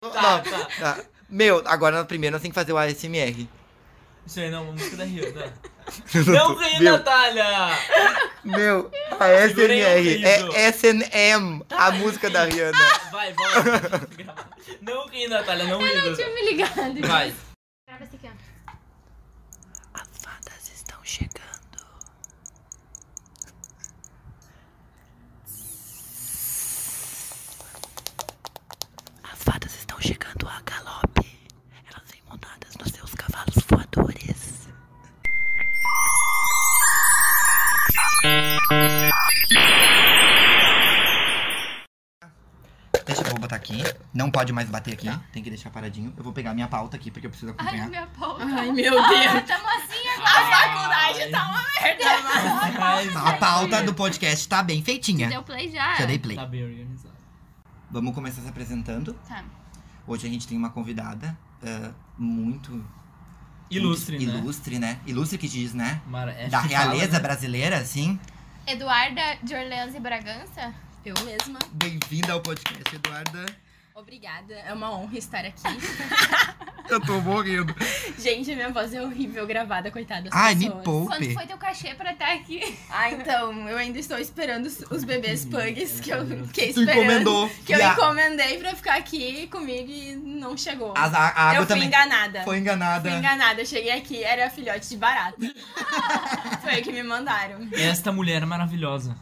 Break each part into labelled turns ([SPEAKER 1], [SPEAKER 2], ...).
[SPEAKER 1] Tá, tá.
[SPEAKER 2] Tá. Meu, agora na primeira nós temos que fazer o ASMR.
[SPEAKER 1] Isso aí não, uma música da Rio, né? Não ri,
[SPEAKER 2] Meu.
[SPEAKER 1] Natália!
[SPEAKER 2] Meu, a
[SPEAKER 1] Segurei o
[SPEAKER 2] SMR
[SPEAKER 1] riso.
[SPEAKER 2] é SNM, a música da Rihanna.
[SPEAKER 1] Vai, volta. Não ri, Natália, não ri.
[SPEAKER 3] Não tinha
[SPEAKER 1] Natália.
[SPEAKER 3] me ligado.
[SPEAKER 1] Vai.
[SPEAKER 3] Grava esse aqui, ó.
[SPEAKER 2] As fadas estão chegando.
[SPEAKER 4] As fadas estão chegando a galope. Elas vêm montadas nos seus cavalos voadores.
[SPEAKER 2] Deixa eu vou botar aqui. Não pode mais bater aqui. Tem que deixar paradinho. Eu vou pegar minha pauta aqui porque eu preciso
[SPEAKER 3] Ai,
[SPEAKER 2] acompanhar.
[SPEAKER 3] minha pauta.
[SPEAKER 5] Ai, meu Deus.
[SPEAKER 3] Tamo assim agora.
[SPEAKER 1] A
[SPEAKER 5] faculdade tá uma merda, mano.
[SPEAKER 2] A
[SPEAKER 5] é
[SPEAKER 2] pauta do podcast tá bem feitinha.
[SPEAKER 3] Deu play já.
[SPEAKER 2] Já dei play.
[SPEAKER 1] Tá bem organizado.
[SPEAKER 2] Vamos começar se apresentando.
[SPEAKER 3] Tá.
[SPEAKER 2] Hoje a gente tem uma convidada ah, muito
[SPEAKER 1] Ilustre, né?
[SPEAKER 2] ilustre, né? Ilustre que diz, né?
[SPEAKER 1] Mara- é
[SPEAKER 2] Da
[SPEAKER 1] que
[SPEAKER 2] realeza
[SPEAKER 1] fala, né?
[SPEAKER 2] brasileira, assim.
[SPEAKER 3] Eduarda de Orleans e Bragança?
[SPEAKER 5] Eu mesma.
[SPEAKER 2] Bem-vinda ao podcast, Eduarda.
[SPEAKER 5] Obrigada. É uma honra estar aqui.
[SPEAKER 2] Eu tô morrendo.
[SPEAKER 5] Gente, minha voz é horrível gravada, coitada. das
[SPEAKER 2] Ai, me
[SPEAKER 5] pessoas.
[SPEAKER 2] poupe.
[SPEAKER 3] Quando foi teu cachê pra estar aqui?
[SPEAKER 5] Ah, então, eu ainda estou esperando os, os bebês pugs que eu fiquei
[SPEAKER 2] Tu
[SPEAKER 5] esperando.
[SPEAKER 2] encomendou.
[SPEAKER 5] Que eu
[SPEAKER 2] E a-
[SPEAKER 5] encomendei pra ficar aqui comigo e não chegou.
[SPEAKER 2] a, a- a
[SPEAKER 5] eu
[SPEAKER 2] água
[SPEAKER 5] fui
[SPEAKER 2] também
[SPEAKER 5] enganada.
[SPEAKER 2] foi enganada.
[SPEAKER 5] Fui enganada. Eu cheguei aqui, era filhote de barata. Foi o que me mandaram.
[SPEAKER 1] Esta mulher maravilhosa.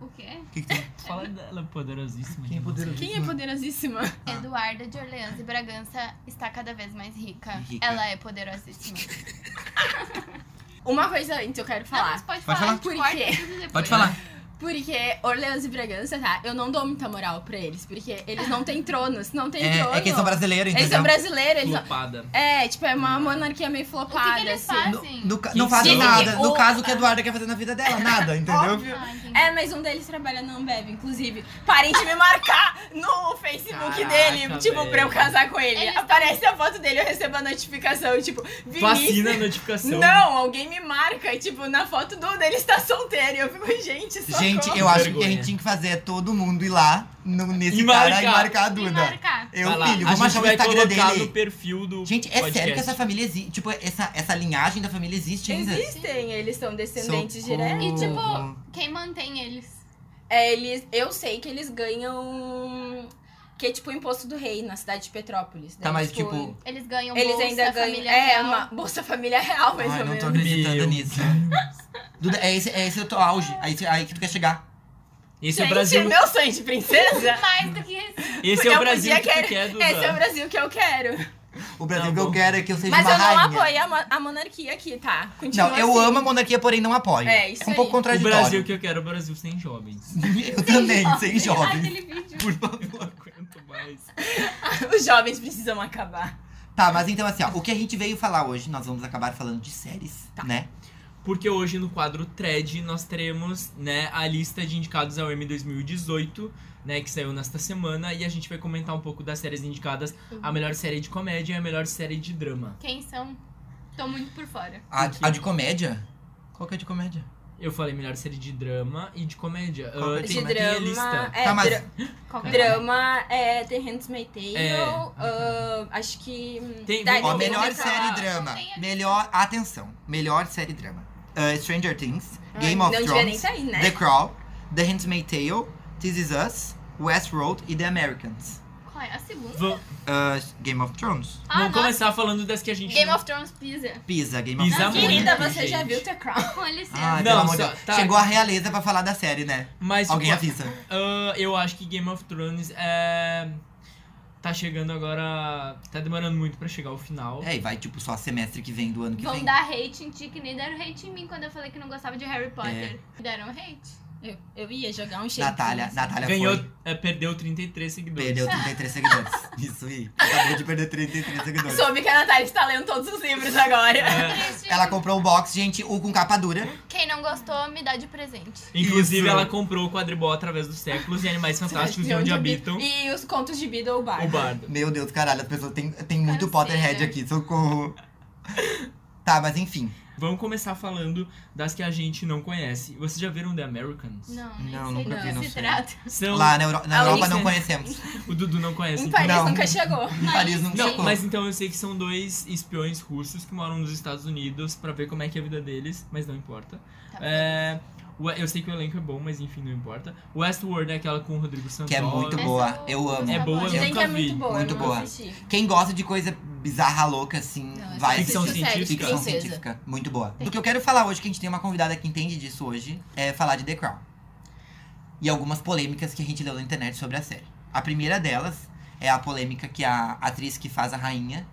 [SPEAKER 3] O quê?
[SPEAKER 2] Que que tem?
[SPEAKER 1] Fala dela, poderosíssima.
[SPEAKER 2] Quem é poderoso?
[SPEAKER 5] Quem é poderosíssima?
[SPEAKER 2] Ah.
[SPEAKER 3] Eduarda de Orleans e Bragança está cada vez mais rica.
[SPEAKER 2] Rica.
[SPEAKER 3] Ela é poderosíssima.
[SPEAKER 5] Uma coisa antes eu quero
[SPEAKER 3] Não, mas
[SPEAKER 5] falar.
[SPEAKER 3] pode,
[SPEAKER 2] Pode
[SPEAKER 3] falar,
[SPEAKER 2] falar?
[SPEAKER 3] a gente
[SPEAKER 5] Por
[SPEAKER 3] corta
[SPEAKER 5] quê?
[SPEAKER 3] tudo depois.
[SPEAKER 1] Pode falar.
[SPEAKER 5] Porque Orleans e Bragança, tá? Eu não dou muita moral pra eles, porque eles não têm tronos, não tem trono.
[SPEAKER 2] É, é que eles são brasileiros,
[SPEAKER 5] Eles
[SPEAKER 2] entendeu?
[SPEAKER 5] são brasileiros, eles são...
[SPEAKER 1] Lupada.
[SPEAKER 5] É, tipo, é uma monarquia meio flopada,
[SPEAKER 3] O que que eles
[SPEAKER 5] assim.
[SPEAKER 3] fazem?
[SPEAKER 2] No- no ca-
[SPEAKER 1] Sim.
[SPEAKER 2] não fazem
[SPEAKER 1] Dizem
[SPEAKER 2] nada.
[SPEAKER 5] que
[SPEAKER 2] No
[SPEAKER 5] o- Ah.
[SPEAKER 2] caso, o que a Eduarda quer fazer na vida dela? Nada, entendeu?
[SPEAKER 5] Óbvio.
[SPEAKER 3] Ah, entendi.
[SPEAKER 5] É, mas um deles trabalha na Ambev, inclusive. Parem de me marcar no Facebook
[SPEAKER 1] Caraca,
[SPEAKER 5] dele, tipo,
[SPEAKER 1] velho.
[SPEAKER 5] pra eu casar com ele.
[SPEAKER 3] Eles-
[SPEAKER 5] Aparece a foto dele, eu recebo a notificação, tipo, Vinícius.
[SPEAKER 1] Vacina a notificação.
[SPEAKER 5] Não, alguém me marca, e, tipo, na foto do dele está solteiro. E eu fico, gente, socorro.
[SPEAKER 2] Gente, eu
[SPEAKER 1] Que
[SPEAKER 2] acho que a
[SPEAKER 1] vergonha.
[SPEAKER 2] gente tinha que fazer todo mundo ir lá no, nesse
[SPEAKER 1] E
[SPEAKER 2] cara e
[SPEAKER 1] marcar.
[SPEAKER 2] marcar a
[SPEAKER 3] Me
[SPEAKER 2] Duda.
[SPEAKER 3] marcar.
[SPEAKER 2] Eu,
[SPEAKER 1] Vai lá,
[SPEAKER 2] filho,
[SPEAKER 1] a
[SPEAKER 2] vamos
[SPEAKER 1] gente
[SPEAKER 2] achar o
[SPEAKER 1] vai
[SPEAKER 2] Instagram
[SPEAKER 1] colocar
[SPEAKER 2] dele.
[SPEAKER 1] no perfil do
[SPEAKER 2] Gente, é sério
[SPEAKER 1] podcast.
[SPEAKER 2] que essa família existe. Tipo, essa, essa linhagem da família existe ainda.
[SPEAKER 5] Existem, eles são descendentes
[SPEAKER 2] né? Socorro.
[SPEAKER 5] diretos.
[SPEAKER 3] E tipo, quem mantém eles?
[SPEAKER 5] É, eles, eu sei que eles ganham. Que é tipo o imposto do rei na cidade de Petrópolis.
[SPEAKER 2] Tá,
[SPEAKER 5] daí,
[SPEAKER 2] mas tipo.
[SPEAKER 3] Eles ganham
[SPEAKER 5] eles
[SPEAKER 3] bolsa,
[SPEAKER 5] ainda ganham.
[SPEAKER 3] família
[SPEAKER 5] É,
[SPEAKER 3] real.
[SPEAKER 5] uma Bolsa Família Real, mais
[SPEAKER 2] Ai,
[SPEAKER 5] ou
[SPEAKER 2] não tô
[SPEAKER 5] menos.
[SPEAKER 2] acreditando
[SPEAKER 1] Meu
[SPEAKER 2] nisso. Duda, é esse, é esse o teu auge. Aí, você- aí que tu quer chegar.
[SPEAKER 1] Esse é
[SPEAKER 5] Gente,
[SPEAKER 1] o Brasil.
[SPEAKER 5] meu sonho de princesa.
[SPEAKER 3] Mais do que isso.
[SPEAKER 1] Esse é
[SPEAKER 5] Eu
[SPEAKER 1] o Brasil
[SPEAKER 5] podia
[SPEAKER 1] que tu
[SPEAKER 5] querer-
[SPEAKER 1] quer, Duda.
[SPEAKER 5] Esse é o Brasil que eu quero.
[SPEAKER 2] O Brasil
[SPEAKER 1] Tá
[SPEAKER 2] que
[SPEAKER 1] bom.
[SPEAKER 2] eu quero é que eu seja
[SPEAKER 5] Mas
[SPEAKER 2] uma
[SPEAKER 5] eu não
[SPEAKER 2] rainha.
[SPEAKER 5] apoio a, mo- a monarquia aqui, tá? Continua
[SPEAKER 2] Não, eu
[SPEAKER 5] assim.
[SPEAKER 2] amo a monarquia, porém não apoio.
[SPEAKER 5] É, isso
[SPEAKER 2] um pouco
[SPEAKER 5] aí.
[SPEAKER 1] O
[SPEAKER 2] contraditório.
[SPEAKER 1] Brasil que eu quero é o Brasil sem jovens.
[SPEAKER 2] Eu também, sem jovens.
[SPEAKER 3] Aquele vídeo.
[SPEAKER 2] Por favor.
[SPEAKER 1] Eu não aguento mais.
[SPEAKER 5] Os jovens precisam acabar.
[SPEAKER 2] Tá, mas então assim, ó, o que a gente veio falar hoje, nós vamos acabar falando de séries,
[SPEAKER 1] Tá.
[SPEAKER 2] né?
[SPEAKER 1] Porque hoje no quadro Thread nós teremos né, a lista de indicados ao M 2018, né, que saiu nesta semana, e a gente vai comentar um pouco das séries indicadas, a melhor série de comédia e a melhor série de drama.
[SPEAKER 3] Quem são? Tô muito por fora.
[SPEAKER 2] A,
[SPEAKER 1] Por quê?
[SPEAKER 2] a de comédia? Qual que é a de comédia?
[SPEAKER 1] Eu falei melhor série de drama e de comédia.
[SPEAKER 2] Qual
[SPEAKER 1] Ah,
[SPEAKER 2] é?
[SPEAKER 1] tem tem
[SPEAKER 5] De
[SPEAKER 1] a
[SPEAKER 5] drama.
[SPEAKER 1] lista.
[SPEAKER 5] É,
[SPEAKER 2] tá, mas.
[SPEAKER 5] dra-
[SPEAKER 3] Qual que é?
[SPEAKER 5] drama é The Handmaid's Tale.
[SPEAKER 1] É.
[SPEAKER 5] ah, acho que.
[SPEAKER 1] Tem-
[SPEAKER 5] Dark
[SPEAKER 2] Ó,
[SPEAKER 1] Eu
[SPEAKER 2] melhor
[SPEAKER 1] vou
[SPEAKER 2] série
[SPEAKER 1] tentar-
[SPEAKER 2] drama.
[SPEAKER 3] Tem a-
[SPEAKER 2] Melhor. Atenção. Melhor série drama. Uh, Stranger Things,
[SPEAKER 5] Ai,
[SPEAKER 2] Game of
[SPEAKER 5] não devia nem
[SPEAKER 2] Thrones,
[SPEAKER 5] sair, né?
[SPEAKER 2] The Crawl, The Handmaid's Tale, This Is Us, Westworld e The Americans.
[SPEAKER 3] Qual é? A segunda?
[SPEAKER 1] Va-
[SPEAKER 2] Uh, Game of Thrones.
[SPEAKER 3] Ah,
[SPEAKER 1] Vamos
[SPEAKER 3] nossa.
[SPEAKER 1] começar falando das que a gente.
[SPEAKER 3] Game
[SPEAKER 1] não-
[SPEAKER 3] of Thrones pisa.
[SPEAKER 2] Pisa, Game
[SPEAKER 1] Pisa
[SPEAKER 2] of Thrones.
[SPEAKER 1] muito.
[SPEAKER 5] Querida, você já
[SPEAKER 1] gente.
[SPEAKER 5] viu The Crown?
[SPEAKER 3] Com licença.
[SPEAKER 2] Ai,
[SPEAKER 1] Não,
[SPEAKER 2] pelo amor de
[SPEAKER 1] só-
[SPEAKER 2] Deus.
[SPEAKER 1] tá.
[SPEAKER 2] Chegou a realeza pra falar da série, né?
[SPEAKER 1] Mas
[SPEAKER 2] Alguém
[SPEAKER 1] o-
[SPEAKER 2] avisa.
[SPEAKER 1] Ah, eu acho que Game of Thrones é. Tá chegando agora. Tá demorando muito pra chegar ao final.
[SPEAKER 2] É, e vai tipo só semestre que vem do ano que
[SPEAKER 3] Vão
[SPEAKER 2] vem.
[SPEAKER 3] dar hate em ti, que nem deram hate em mim quando eu falei que não gostava de Harry
[SPEAKER 2] É.
[SPEAKER 3] Potter. Deram hate.
[SPEAKER 5] Eu, eu ia jogar um shake.
[SPEAKER 2] Natália, Natália
[SPEAKER 1] Ganhou,
[SPEAKER 2] foi.
[SPEAKER 1] é, perdeu 33 seguidores.
[SPEAKER 2] Perdeu 33 seguidores. Isso aí. Acabou de perder 33 seguidores.
[SPEAKER 5] Soube que a Natália está lendo todos os livros agora.
[SPEAKER 1] É,
[SPEAKER 3] Triste.
[SPEAKER 2] Ela comprou o box, gente, o com capa dura.
[SPEAKER 3] Quem não gostou, me dá de presente.
[SPEAKER 1] inclusive,
[SPEAKER 2] Isso.
[SPEAKER 1] ela comprou o quadribol através dos séculos e Animais Fantásticos e Onde Habitam
[SPEAKER 5] E os contos de Beedle ou
[SPEAKER 1] um o
[SPEAKER 5] Bardo.
[SPEAKER 1] Bardo.
[SPEAKER 2] Meu Deus, caralho, as pessoas tem, tem muito
[SPEAKER 3] Canseira.
[SPEAKER 2] Potterhead aqui, socorro. Tá, mas enfim.
[SPEAKER 1] Vamos começar falando das que a gente não conhece. Vocês já viram The Americans?
[SPEAKER 3] Não, nem
[SPEAKER 2] Não,
[SPEAKER 3] sei
[SPEAKER 2] nunca
[SPEAKER 3] do
[SPEAKER 2] vi,
[SPEAKER 3] que
[SPEAKER 2] não
[SPEAKER 3] se
[SPEAKER 2] sei.
[SPEAKER 3] trata.
[SPEAKER 1] São,
[SPEAKER 2] Lá na, Euro- na
[SPEAKER 5] A
[SPEAKER 2] Europa
[SPEAKER 1] Alice,
[SPEAKER 2] não
[SPEAKER 1] né?
[SPEAKER 2] conhecemos.
[SPEAKER 1] o Dudu não conhece.
[SPEAKER 5] Em
[SPEAKER 1] então.
[SPEAKER 5] Paris
[SPEAKER 2] Não.
[SPEAKER 5] nunca chegou.
[SPEAKER 2] Em Paris não
[SPEAKER 3] Sim.
[SPEAKER 1] Não,
[SPEAKER 2] chegou.
[SPEAKER 1] mas então eu sei que são dois espiões russos que moram nos Estados Unidos pra ver como é que é a vida deles, mas não importa.
[SPEAKER 3] Tá.
[SPEAKER 1] É, o- eu sei que o elenco é bom, mas enfim, não importa. Westworld é aquela com o Rodrigo Santoro.
[SPEAKER 2] Que é muito
[SPEAKER 3] Essa
[SPEAKER 2] boa,
[SPEAKER 3] eu-
[SPEAKER 2] eu amo.
[SPEAKER 1] É
[SPEAKER 3] eu
[SPEAKER 1] boa,
[SPEAKER 3] gosto.
[SPEAKER 1] eu
[SPEAKER 5] Dizem que é
[SPEAKER 1] nunca vi.
[SPEAKER 5] muito boa,
[SPEAKER 2] Muito
[SPEAKER 5] eu não
[SPEAKER 2] boa.
[SPEAKER 5] assisti.
[SPEAKER 2] Quem gosta de coisa bizarra, louca, assim,
[SPEAKER 3] Não, eu
[SPEAKER 2] vai.
[SPEAKER 5] é
[SPEAKER 1] só Ficção
[SPEAKER 5] Assisto série de
[SPEAKER 1] científica.
[SPEAKER 2] Ficção
[SPEAKER 5] princesa.
[SPEAKER 2] científica. Muito boa. Do que eu quero falar hoje, que a gente tem uma convidada que entende disso hoje, é falar de The Crown. E algumas polêmicas que a gente leu na internet sobre a série. A primeira delas é a polêmica que a atriz que faz a rainha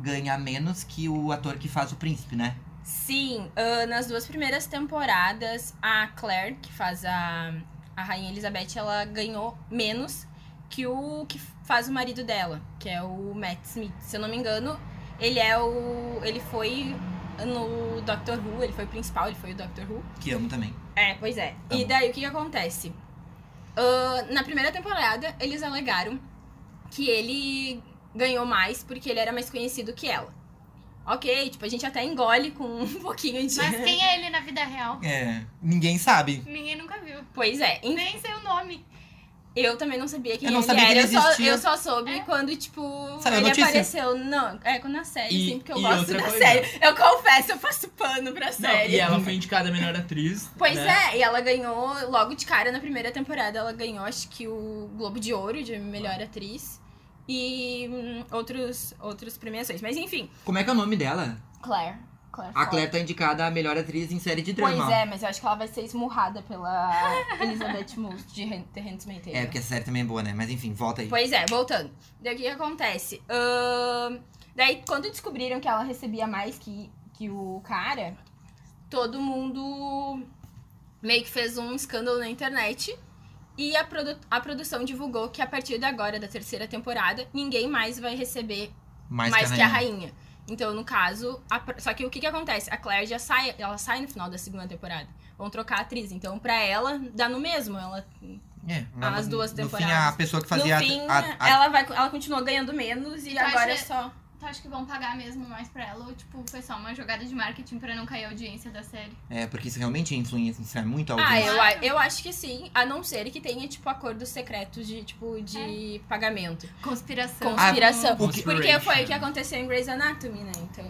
[SPEAKER 2] ganha menos que o ator que faz o príncipe, né?
[SPEAKER 5] Sim, ah, nas duas primeiras temporadas, a Claire, que faz a, a Rainha Elizabeth, ela ganhou menos que o que faz o marido dela, que é o Matt Smith. Se eu não me engano, ele é o. Ele foi no Doctor Who, ele foi o principal, ele foi o Doctor Who.
[SPEAKER 2] Que amo também.
[SPEAKER 5] É, pois é.
[SPEAKER 2] Tá
[SPEAKER 5] e
[SPEAKER 2] bom.
[SPEAKER 5] daí o que, que acontece? Ah, na primeira temporada, eles alegaram que ele ganhou mais porque ele era mais conhecido que ela. Ok, tipo, a gente até engole com um pouquinho de.
[SPEAKER 3] Mas quem é ele na vida real?
[SPEAKER 2] É. Ninguém sabe.
[SPEAKER 3] Ninguém nunca viu.
[SPEAKER 5] Pois é, em-
[SPEAKER 3] Nem sei o nome.
[SPEAKER 5] eu também não sabia quem
[SPEAKER 2] Eu não
[SPEAKER 5] ele
[SPEAKER 2] sabia que
[SPEAKER 5] era.
[SPEAKER 2] ele
[SPEAKER 5] eu, só,
[SPEAKER 2] existia.
[SPEAKER 5] eu só soube
[SPEAKER 3] É.
[SPEAKER 5] quando, tipo,
[SPEAKER 2] Saiu a
[SPEAKER 5] ele
[SPEAKER 2] notícia.
[SPEAKER 5] apareceu. Não, é quando na série,
[SPEAKER 1] E-
[SPEAKER 5] sim, porque eu
[SPEAKER 1] e
[SPEAKER 5] gosto
[SPEAKER 1] outra
[SPEAKER 5] da
[SPEAKER 1] coisa.
[SPEAKER 5] série. Eu confesso, eu faço pano pra
[SPEAKER 1] É, Não,
[SPEAKER 5] série.
[SPEAKER 1] e ela foi indicada a melhor atriz.
[SPEAKER 5] Pois
[SPEAKER 1] né?
[SPEAKER 5] é, e ela ganhou logo de cara na primeira temporada, ela ganhou acho que o Globo de Ouro de melhor atriz e hum, outros outros premiações, mas enfim.
[SPEAKER 2] Como é que é o nome dela?
[SPEAKER 5] Claire, Claire.
[SPEAKER 2] A Claire tá indicada a melhor atriz em série de drama.
[SPEAKER 5] Pois é, mas eu acho que ela vai ser esmurrada pela Elizabeth Moss de Han- The Handmaid's Tale.
[SPEAKER 2] É, porque essa série também é boa, né? Mas enfim, volta aí.
[SPEAKER 5] Pois é, voltando. Daí o que, que acontece? Ahn, daí, quando descobriram que ela recebia mais que, que o cara, todo mundo meio que fez um escândalo na internet. E a, produ a produção divulgou que a partir de agora, da terceira temporada, ninguém mais vai receber mais, que, a rainha. Então, no caso, a pr- só que o que, que acontece? A Claire já sai, ela sai no final da segunda temporada. Vão trocar a atriz. Então, pra ela, dá no mesmo. Ela
[SPEAKER 2] É,
[SPEAKER 5] As
[SPEAKER 2] no-
[SPEAKER 5] duas
[SPEAKER 2] No fim, a
[SPEAKER 5] temporadas.
[SPEAKER 2] pessoa que fazia a-
[SPEAKER 5] no fim,
[SPEAKER 2] a, a-
[SPEAKER 5] ela, vai, ela continua ganhando menos e
[SPEAKER 3] Tu acha-
[SPEAKER 5] agora é só.
[SPEAKER 3] Tu acha Então, que vão pagar mesmo mais pra ela? Ou, tipo, foi só uma jogada de marketing pra não cair a audiência da série?
[SPEAKER 2] É, porque isso realmente influencia muito a
[SPEAKER 5] Ah,
[SPEAKER 2] audiência.
[SPEAKER 5] eu, a- eu acho que sim, a não ser que tenha, tipo, acordos secretos de, tipo,
[SPEAKER 3] É.
[SPEAKER 5] de pagamento.
[SPEAKER 3] Conspiração.
[SPEAKER 2] Ah,
[SPEAKER 5] Conspiração.
[SPEAKER 2] o que-
[SPEAKER 5] Porque foi o que aconteceu em Grey's Anatomy, né? Então.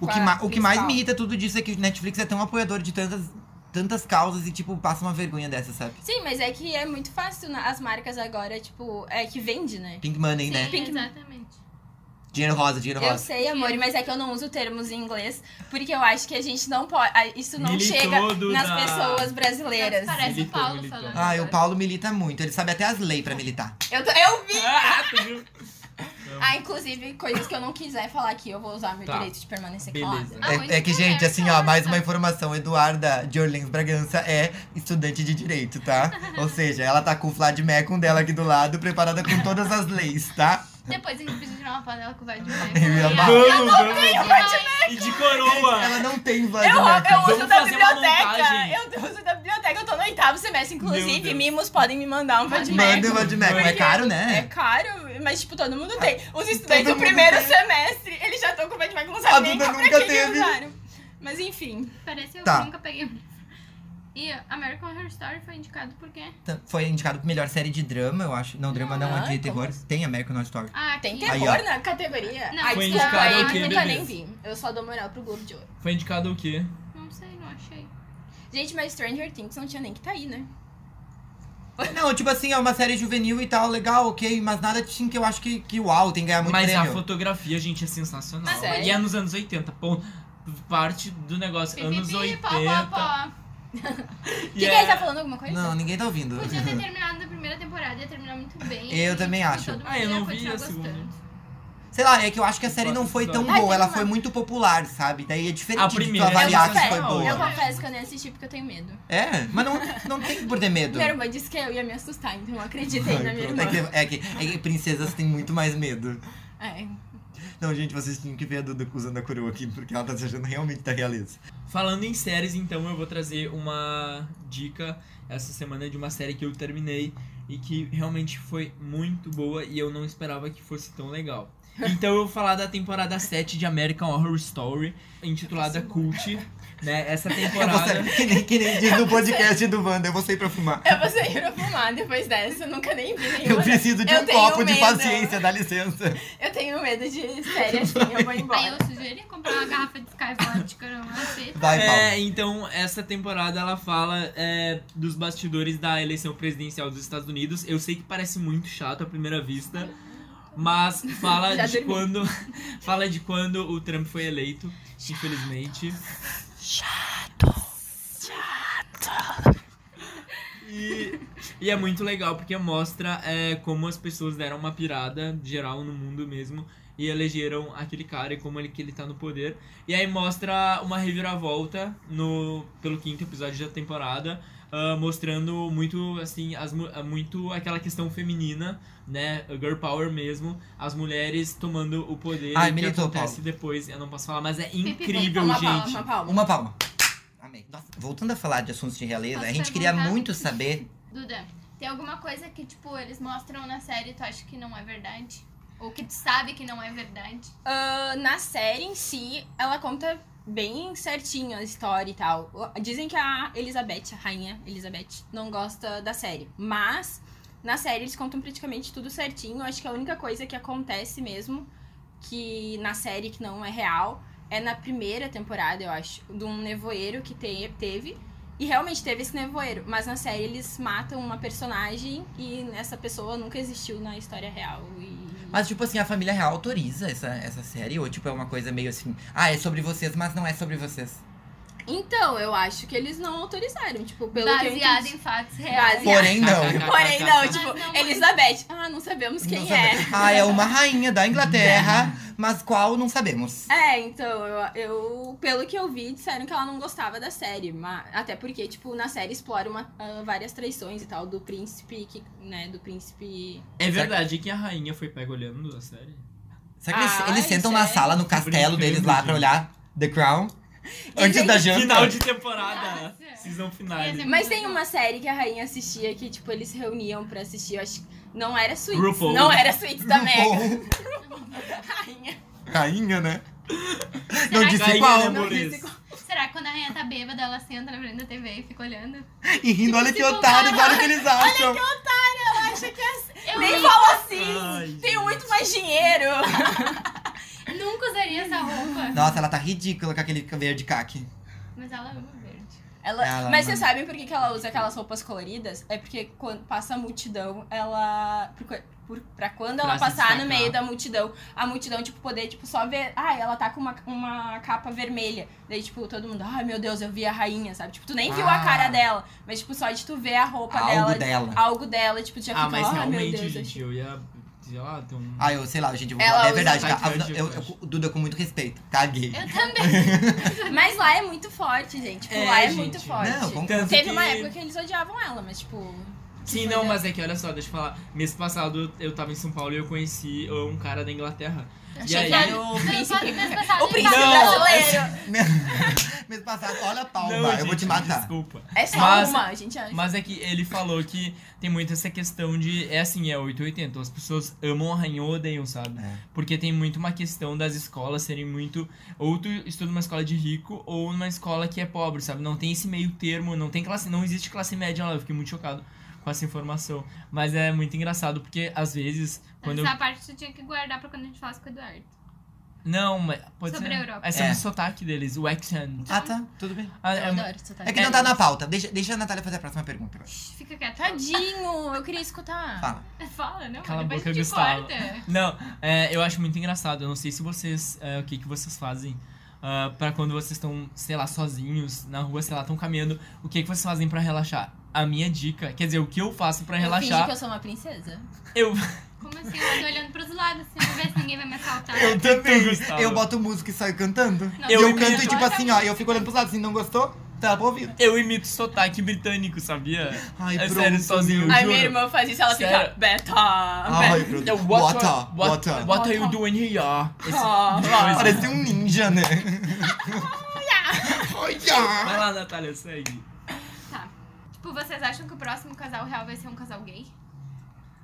[SPEAKER 2] o,
[SPEAKER 5] com
[SPEAKER 2] que
[SPEAKER 5] a
[SPEAKER 2] ma- o que mais
[SPEAKER 5] principal.
[SPEAKER 2] me irrita tudo disso é que o Netflix é tão apoiador de tantas, tantas causas e, tipo, passa uma vergonha dessa, sabe?
[SPEAKER 5] Sim, mas é que é muito fácil na- as marcas agora, tipo, é que vende, né?
[SPEAKER 2] Pink Money,
[SPEAKER 3] Sim,
[SPEAKER 2] né?
[SPEAKER 3] exatamente.
[SPEAKER 2] Dinheiro rosa, dinheiro
[SPEAKER 5] Eu
[SPEAKER 2] rosa.
[SPEAKER 5] sei, amor, mas é que eu não uso termos em inglês, porque eu acho que a gente não pode. a- Isso não
[SPEAKER 1] Militou
[SPEAKER 5] chega
[SPEAKER 1] do
[SPEAKER 5] nas
[SPEAKER 1] da-
[SPEAKER 5] pessoas brasileiras.
[SPEAKER 3] Parece
[SPEAKER 1] Militou,
[SPEAKER 3] o Paulo
[SPEAKER 1] militou.
[SPEAKER 3] falando.
[SPEAKER 2] Ah, o
[SPEAKER 3] agora.
[SPEAKER 2] Paulo milita muito, ele sabe até as leis pra militar.
[SPEAKER 5] Eu, tô- eu vi!
[SPEAKER 1] Ah, tu viu?
[SPEAKER 5] Ah, inclusive, coisas que eu não quiser falar aqui, eu vou usar meu
[SPEAKER 1] Tá.
[SPEAKER 5] direito de permanecer
[SPEAKER 1] Beleza.
[SPEAKER 5] calada.
[SPEAKER 3] Ah, mas
[SPEAKER 2] é, é que,
[SPEAKER 3] não
[SPEAKER 2] gente,
[SPEAKER 3] é,
[SPEAKER 2] assim, ó, mais
[SPEAKER 3] Eduarda.
[SPEAKER 2] uma informação. Eduarda de Orleans Bragança é estudante de direito, tá? Ou seja, ela tá com o Vlad Mecum dela aqui do lado, preparada com todas as leis, tá?
[SPEAKER 3] Depois a gente precisa tirar uma foto dela com o Vladimir.
[SPEAKER 2] Eu ia amar.
[SPEAKER 1] Vamos,
[SPEAKER 3] Eu não
[SPEAKER 1] vamos.
[SPEAKER 3] tenho mais.
[SPEAKER 1] E de coroa!
[SPEAKER 2] Ela não tem Vlad
[SPEAKER 5] Eu,
[SPEAKER 2] Mecum.
[SPEAKER 5] eu uso
[SPEAKER 1] Vamos
[SPEAKER 5] da
[SPEAKER 1] fazer uma montagem.
[SPEAKER 5] biblioteca! Eu uso da biblioteca, eu tô no oitavo semestre,
[SPEAKER 1] Meu
[SPEAKER 5] inclusive,
[SPEAKER 1] Deus.
[SPEAKER 5] mimos podem me mandar um
[SPEAKER 2] Manda o
[SPEAKER 5] Vadimec.
[SPEAKER 2] Vlad Mecum. É caro, né?
[SPEAKER 5] É caro, mas tipo, todo mundo tem. Os estudantes do
[SPEAKER 2] mundo
[SPEAKER 5] primeiro
[SPEAKER 2] tem.
[SPEAKER 5] semestre, eles já estão com o Vadimec, não sabem nem
[SPEAKER 2] Duda
[SPEAKER 5] pra
[SPEAKER 2] nunca
[SPEAKER 5] que que
[SPEAKER 2] teve.
[SPEAKER 5] usaram. Mas enfim.
[SPEAKER 3] Parece eu
[SPEAKER 2] Tá.
[SPEAKER 3] que nunca peguei. E American Horror Story foi indicado por quê?
[SPEAKER 2] Tá, Foi indicado pra melhor série de drama, eu acho. Não, drama não,
[SPEAKER 5] Ah,
[SPEAKER 2] é de
[SPEAKER 5] então
[SPEAKER 2] terror.
[SPEAKER 5] você-
[SPEAKER 2] Tem American Horror Story.
[SPEAKER 3] Ah,
[SPEAKER 5] Tem
[SPEAKER 3] aqui.
[SPEAKER 2] Aí,
[SPEAKER 5] terror
[SPEAKER 2] ó.
[SPEAKER 5] na categoria?
[SPEAKER 3] Não.
[SPEAKER 5] Ai,
[SPEAKER 1] Foi
[SPEAKER 5] desculpa,
[SPEAKER 1] indicado
[SPEAKER 5] aí
[SPEAKER 1] ao quê,
[SPEAKER 5] nunca nem vi.
[SPEAKER 1] beleza?
[SPEAKER 5] Eu só dou moral pro Globo de Ouro.
[SPEAKER 1] Foi indicado o quê?
[SPEAKER 3] Não sei, não achei.
[SPEAKER 5] Gente, mas Stranger Things não tinha nem que tá aí, né?
[SPEAKER 2] Não, tipo assim, é uma série juvenil e tal, legal, ok. Mas nada assim que eu acho que, que uau, tem que ganhar É muito
[SPEAKER 1] Mas
[SPEAKER 2] prêmio.
[SPEAKER 1] a fotografia, gente, é sensacional.
[SPEAKER 5] Mas sério?
[SPEAKER 1] E é nos anos 80, pô. Parte do negócio, anos
[SPEAKER 3] Pipipi,
[SPEAKER 1] 80.
[SPEAKER 3] pó, pó, pó.
[SPEAKER 1] e
[SPEAKER 5] Que
[SPEAKER 1] é-
[SPEAKER 5] quem tá falando alguma coisa?
[SPEAKER 2] Não, ninguém tá ouvindo.
[SPEAKER 3] Podia ter terminado na primeira temporada, ia terminar muito bem.
[SPEAKER 2] Eu
[SPEAKER 3] E,
[SPEAKER 2] também
[SPEAKER 3] tipo,
[SPEAKER 2] acho.
[SPEAKER 3] todo mundo
[SPEAKER 1] Ah, eu
[SPEAKER 3] ia
[SPEAKER 1] não vi
[SPEAKER 3] continuar
[SPEAKER 1] a segunda.
[SPEAKER 3] gostando.
[SPEAKER 2] Sei lá, é que eu acho que a série não foi tão
[SPEAKER 1] Ai,
[SPEAKER 5] tem
[SPEAKER 2] boa, ela
[SPEAKER 5] uma-
[SPEAKER 2] foi muito popular, sabe? Daí é diferente
[SPEAKER 1] A
[SPEAKER 2] de tu
[SPEAKER 1] primeira é
[SPEAKER 2] avaliar que foi
[SPEAKER 1] sensacional.
[SPEAKER 5] eu
[SPEAKER 2] boa.
[SPEAKER 5] confesso que eu nem assisti porque eu tenho medo.
[SPEAKER 2] É, mas não, não tem por ter medo.
[SPEAKER 5] Minha irmã disse que eu ia me assustar, então eu acreditei na
[SPEAKER 2] Ai,
[SPEAKER 5] minha
[SPEAKER 2] pronto,
[SPEAKER 5] irmã.
[SPEAKER 2] é, que, é, que, é que princesas têm muito mais medo.
[SPEAKER 5] É.
[SPEAKER 2] Não, gente, vocês tinham que ver a Duda usando a coroa aqui, porque ela tá se achando realmente da realeza.
[SPEAKER 1] Falando em séries, então, eu vou trazer uma dica essa semana de uma série que eu terminei e que realmente foi muito boa e eu não esperava que fosse tão legal. Então eu vou falar da temporada 7 de American Horror Story, intitulada Cult. Né? Essa
[SPEAKER 2] Eu vou
[SPEAKER 1] temporada.
[SPEAKER 2] sair, É que, nem, que nem diz no podcast do Wanda, eu vou sair pra fumar.
[SPEAKER 5] Eu vou sair pra fumar depois dessa, eu nunca nem vi nenhuma.
[SPEAKER 2] Eu preciso de
[SPEAKER 5] Eu
[SPEAKER 2] um
[SPEAKER 5] tenho
[SPEAKER 2] copo de
[SPEAKER 5] medo.
[SPEAKER 2] paciência, dá licença.
[SPEAKER 5] Eu tenho medo de série assim, eu vou
[SPEAKER 3] Aí
[SPEAKER 5] embora.
[SPEAKER 3] eu sugeri comprar uma garrafa de assim. Sky Vodka, não aceito.
[SPEAKER 2] Vai,
[SPEAKER 1] É,
[SPEAKER 2] Paulo.
[SPEAKER 1] então, essa temporada ela fala é, dos bastidores da eleição presidencial dos Estados Unidos. Eu sei que parece muito chato à primeira vista, mas fala
[SPEAKER 5] Já
[SPEAKER 1] de
[SPEAKER 5] dormi.
[SPEAKER 1] quando. Fala de quando o Trump foi eleito, infelizmente. E, e é muito legal porque mostra é, como as pessoas deram uma pirada geral no mundo mesmo e elegeram aquele cara e como ele, que ele tá no poder. E aí mostra uma reviravolta no, pelo quinto episódio da temporada, ah, mostrando muito assim as, mu- ah, muito aquela questão feminina, né, girl power mesmo, as mulheres tomando o poder
[SPEAKER 2] Ai,
[SPEAKER 1] e o que
[SPEAKER 2] militou,
[SPEAKER 1] acontece depois, eu não posso falar, mas é incrível,
[SPEAKER 3] Uma
[SPEAKER 5] Uma palma,
[SPEAKER 1] gente.
[SPEAKER 5] uma palma.
[SPEAKER 2] Uma palma. Amei. Nossa, voltando a falar de assuntos de realeza, a
[SPEAKER 3] Posso
[SPEAKER 2] gente queria
[SPEAKER 3] perguntar?
[SPEAKER 2] muito saber.
[SPEAKER 3] Duda, tem alguma coisa que, tipo, eles mostram na série e tu acha que não é verdade? Ou que tu sabe que não é verdade?
[SPEAKER 5] Ah, na série em si, ela conta bem certinho a história e tal. Dizem que a Elizabeth, a rainha Elizabeth, não gosta da série. Mas na série eles contam praticamente tudo certinho. Acho que a única coisa que acontece mesmo, que na série que não é real, é na primeira temporada, eu acho, de um nevoeiro que te- teve. E realmente teve esse nevoeiro, mas na série eles matam uma personagem e essa pessoa nunca existiu na história real. E...
[SPEAKER 2] Mas, tipo assim, a família real autoriza essa, essa série? Ou, tipo, é uma coisa meio assim. Ah, é sobre vocês, mas não é sobre vocês.
[SPEAKER 5] Então, eu acho que eles não autorizaram, tipo, pelo que eu
[SPEAKER 3] Baseado
[SPEAKER 5] entendi.
[SPEAKER 3] em fatos reais.
[SPEAKER 5] Baseado.
[SPEAKER 2] Porém, não.
[SPEAKER 5] Porém, não,
[SPEAKER 3] Mas
[SPEAKER 5] tipo,
[SPEAKER 3] não é.
[SPEAKER 5] Elizabeth. Ah, não sabemos quem
[SPEAKER 2] Não
[SPEAKER 5] é. Né?
[SPEAKER 2] sabe- Ah, é uma rainha da Inglaterra, mas qual não sabemos.
[SPEAKER 5] É, então, eu, eu- Pelo que eu vi, disseram que ela não gostava da série. Mas, até porque, tipo, na série explora uma- ah, várias traições e tal do príncipe, que, né? Do príncipe.
[SPEAKER 1] É verdade que a rainha foi pega olhando a série?
[SPEAKER 2] Será que eles,
[SPEAKER 5] Ah,
[SPEAKER 2] eles
[SPEAKER 5] isso
[SPEAKER 2] sentam
[SPEAKER 5] é-
[SPEAKER 2] na sala, no castelo
[SPEAKER 1] brincando,
[SPEAKER 2] deles lá pra
[SPEAKER 1] gente.
[SPEAKER 2] olhar The Crown? Antes
[SPEAKER 5] Dizem
[SPEAKER 2] da
[SPEAKER 5] que-
[SPEAKER 2] janta?
[SPEAKER 1] Final de temporada.
[SPEAKER 3] Nossa.
[SPEAKER 1] Season
[SPEAKER 3] Quer dizer,
[SPEAKER 1] finale.
[SPEAKER 5] Mas tem uma série que a rainha assistia que, tipo, eles se reuniam pra assistir. Eu acho que não era Suítes.
[SPEAKER 1] RuPaul.
[SPEAKER 5] Não era Suítes da Mega.
[SPEAKER 2] RuPaul.
[SPEAKER 5] Rainha.
[SPEAKER 2] Rainha, né?
[SPEAKER 3] Será
[SPEAKER 2] Não
[SPEAKER 3] que- é
[SPEAKER 2] disse
[SPEAKER 1] Rainha,
[SPEAKER 2] qual.
[SPEAKER 1] né?
[SPEAKER 5] Não
[SPEAKER 1] Amores.
[SPEAKER 5] disse qual-
[SPEAKER 3] Será que quando a rainha tá bêbada, ela senta na frente da TV e fica olhando?
[SPEAKER 2] E rindo, olha que
[SPEAKER 3] Tipo,
[SPEAKER 2] otário, olha o que eles acham.
[SPEAKER 5] Acha que é
[SPEAKER 3] Eu
[SPEAKER 5] Nem fala assim!
[SPEAKER 1] Ai,
[SPEAKER 5] Tenho muito mais dinheiro!
[SPEAKER 3] nunca usaria essa roupa.
[SPEAKER 2] Nossa, ela tá ridícula com aquele verde caque.
[SPEAKER 3] Mas ela ama verde.
[SPEAKER 5] Ela-
[SPEAKER 2] Ela
[SPEAKER 5] Mas
[SPEAKER 2] ama.
[SPEAKER 5] vocês sabem por que, que ela usa aquelas roupas coloridas? É porque quando passa a multidão, ela. Por, co- por, pra quando
[SPEAKER 1] Pra
[SPEAKER 5] ela
[SPEAKER 1] se
[SPEAKER 5] passar no
[SPEAKER 1] destacar.
[SPEAKER 5] meio da multidão, a multidão, tipo, poder, tipo, só ver. Ah, ela tá com uma, uma capa vermelha. Daí, tipo, todo mundo, ai meu Deus, eu vi a rainha, sabe? Tipo, tu nem viu
[SPEAKER 2] Ah.
[SPEAKER 5] a cara dela. Mas, tipo, só de tu ver a roupa
[SPEAKER 2] Algo
[SPEAKER 5] dela,
[SPEAKER 2] dela.
[SPEAKER 5] algo dela, tipo, já
[SPEAKER 1] Ah,
[SPEAKER 5] fica,
[SPEAKER 1] mas
[SPEAKER 5] ai meu
[SPEAKER 1] realmente,
[SPEAKER 5] Deus. eu
[SPEAKER 1] gente, eu ia. Sei lá, tem um.
[SPEAKER 2] Ah, eu sei lá, gente, eu vou
[SPEAKER 5] Ela
[SPEAKER 2] falar. É
[SPEAKER 5] usa
[SPEAKER 2] verdade, tá?
[SPEAKER 1] tight verde,
[SPEAKER 2] Eu,
[SPEAKER 1] eu acho.
[SPEAKER 2] eu- Duda, com muito respeito. Caguei.
[SPEAKER 3] Eu também.
[SPEAKER 5] Mas lá é muito forte, gente. Tipo,
[SPEAKER 1] É,
[SPEAKER 5] lá é
[SPEAKER 1] gente.
[SPEAKER 5] muito forte.
[SPEAKER 2] Não, com-
[SPEAKER 1] Tanto
[SPEAKER 5] Teve
[SPEAKER 1] que-
[SPEAKER 5] uma época que eles odiavam ela, mas tipo.
[SPEAKER 1] Sim, não, mas é que olha só, deixa eu falar. Mês passado eu tava em São Paulo e eu conheci uh, um cara da Inglaterra. E
[SPEAKER 5] Achei
[SPEAKER 1] aí.
[SPEAKER 5] que era o
[SPEAKER 3] Mas
[SPEAKER 5] príncipe.
[SPEAKER 3] só que mês passado
[SPEAKER 5] O
[SPEAKER 3] ele
[SPEAKER 5] príncipe
[SPEAKER 3] tava-
[SPEAKER 5] brasileiro!
[SPEAKER 2] Mês passado, olha a palma,
[SPEAKER 1] Não,
[SPEAKER 2] eu vou
[SPEAKER 1] gente,
[SPEAKER 2] te matar.
[SPEAKER 1] Desculpa.
[SPEAKER 5] É só
[SPEAKER 1] Mas-
[SPEAKER 5] uma, gente. acha.
[SPEAKER 1] Mas é que ele falou que tem muito essa questão de. É assim, é 880. As pessoas amam a rainha ou odeiam, sabe?
[SPEAKER 2] É.
[SPEAKER 1] Porque tem muito uma questão das escolas serem muito. Ou tu estuda numa escola de rico ou numa escola que é pobre, sabe? Não tem esse meio termo, não tem classe. Não existe classe média lá. Eu fiquei muito chocado com essa informação. Mas é muito engraçado porque às vezes. Quando eu
[SPEAKER 3] Essa parte tu tinha que guardar pra quando a gente falasse com o Eduardo.
[SPEAKER 1] Não, mas pode
[SPEAKER 3] Sobre
[SPEAKER 1] ser.
[SPEAKER 3] a Europa.
[SPEAKER 1] É sobre
[SPEAKER 2] É.
[SPEAKER 1] o sotaque deles, o accent.
[SPEAKER 2] Ah, tá, tudo bem.
[SPEAKER 1] Ah,
[SPEAKER 5] Eu
[SPEAKER 1] é-
[SPEAKER 5] adoro isso, tá?
[SPEAKER 2] É que não tá na pauta. Deixa, deixa a Natália fazer a próxima pergunta. agora.
[SPEAKER 3] Fica quieto.
[SPEAKER 5] Tadinho, eu queria escutar.
[SPEAKER 2] Fala.
[SPEAKER 3] Fala, não.
[SPEAKER 1] Cala a
[SPEAKER 3] depois
[SPEAKER 1] boca,
[SPEAKER 3] a gente
[SPEAKER 1] Gustavo.
[SPEAKER 3] corta.
[SPEAKER 1] Não, é, eu acho muito engraçado. Eu não sei se vocês. é, o que, que vocês fazem ah, pra quando vocês estão, sei lá, sozinhos na rua, sei lá, estão caminhando. O que, que vocês fazem pra relaxar? A minha dica, quer dizer, o que eu faço pra
[SPEAKER 5] Eu fingi
[SPEAKER 1] relaxar?
[SPEAKER 5] que eu sou uma princesa.
[SPEAKER 1] Eu.
[SPEAKER 3] Como assim? Eu ando olhando pros lados. Se não ver, ninguém vai me assaltar.
[SPEAKER 2] Eu também.
[SPEAKER 1] Gustavo.
[SPEAKER 2] Eu boto música e saio cantando.
[SPEAKER 3] Não,
[SPEAKER 2] eu,
[SPEAKER 1] eu
[SPEAKER 2] canto e
[SPEAKER 1] imito.
[SPEAKER 2] tipo assim, ó, eu fico olhando pros lados, assim, não gostou? Tá pro ouvido.
[SPEAKER 1] Eu imito sotaque britânico, sabia?
[SPEAKER 2] Ai,
[SPEAKER 1] é
[SPEAKER 2] pronto,
[SPEAKER 1] sério, sozinho.
[SPEAKER 2] meu.
[SPEAKER 1] eu
[SPEAKER 5] Ai,
[SPEAKER 1] juro.
[SPEAKER 5] minha irmã faz isso, ela fica.
[SPEAKER 1] Sério?
[SPEAKER 5] Beta!
[SPEAKER 2] Ai,
[SPEAKER 5] Beta!
[SPEAKER 2] pronto.
[SPEAKER 1] É, What,
[SPEAKER 2] What,
[SPEAKER 1] are-
[SPEAKER 2] what,
[SPEAKER 1] what, what are you doing here? Esse-
[SPEAKER 2] Parecia um ninja, né?
[SPEAKER 1] Vai
[SPEAKER 2] Olha!
[SPEAKER 1] lá, Natália, segue.
[SPEAKER 3] Tá. Tipo, vocês acham que o próximo casal real vai ser um casal gay?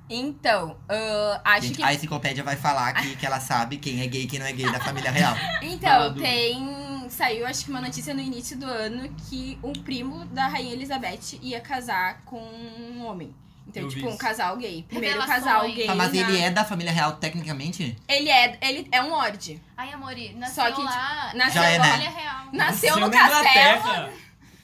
[SPEAKER 5] Então, ah, acho
[SPEAKER 2] Gente,
[SPEAKER 5] que.
[SPEAKER 2] a enciclopédia vai falar aqui que ela sabe quem é gay e quem não é gay da família real.
[SPEAKER 1] Fala,
[SPEAKER 5] Então,
[SPEAKER 1] Duda.
[SPEAKER 5] tem. Saiu, acho que uma notícia no início do ano que um primo da Rainha Elizabeth ia casar com um homem. Então,
[SPEAKER 1] Eu vi
[SPEAKER 5] tipo, um
[SPEAKER 1] isso.
[SPEAKER 5] casal gay. Primeiro
[SPEAKER 3] Revelações.
[SPEAKER 5] casal gay.
[SPEAKER 2] Tá, mas
[SPEAKER 5] na-
[SPEAKER 2] ele é da família real, tecnicamente?
[SPEAKER 5] Ele é, ele é um lorde.
[SPEAKER 3] Ai, Amori, nasceu
[SPEAKER 5] que, tipo,
[SPEAKER 3] lá.
[SPEAKER 5] nasceu
[SPEAKER 2] Já é, né?
[SPEAKER 3] Olha a real.
[SPEAKER 5] Nasceu no
[SPEAKER 1] na
[SPEAKER 5] castelo.
[SPEAKER 1] Inglaterra.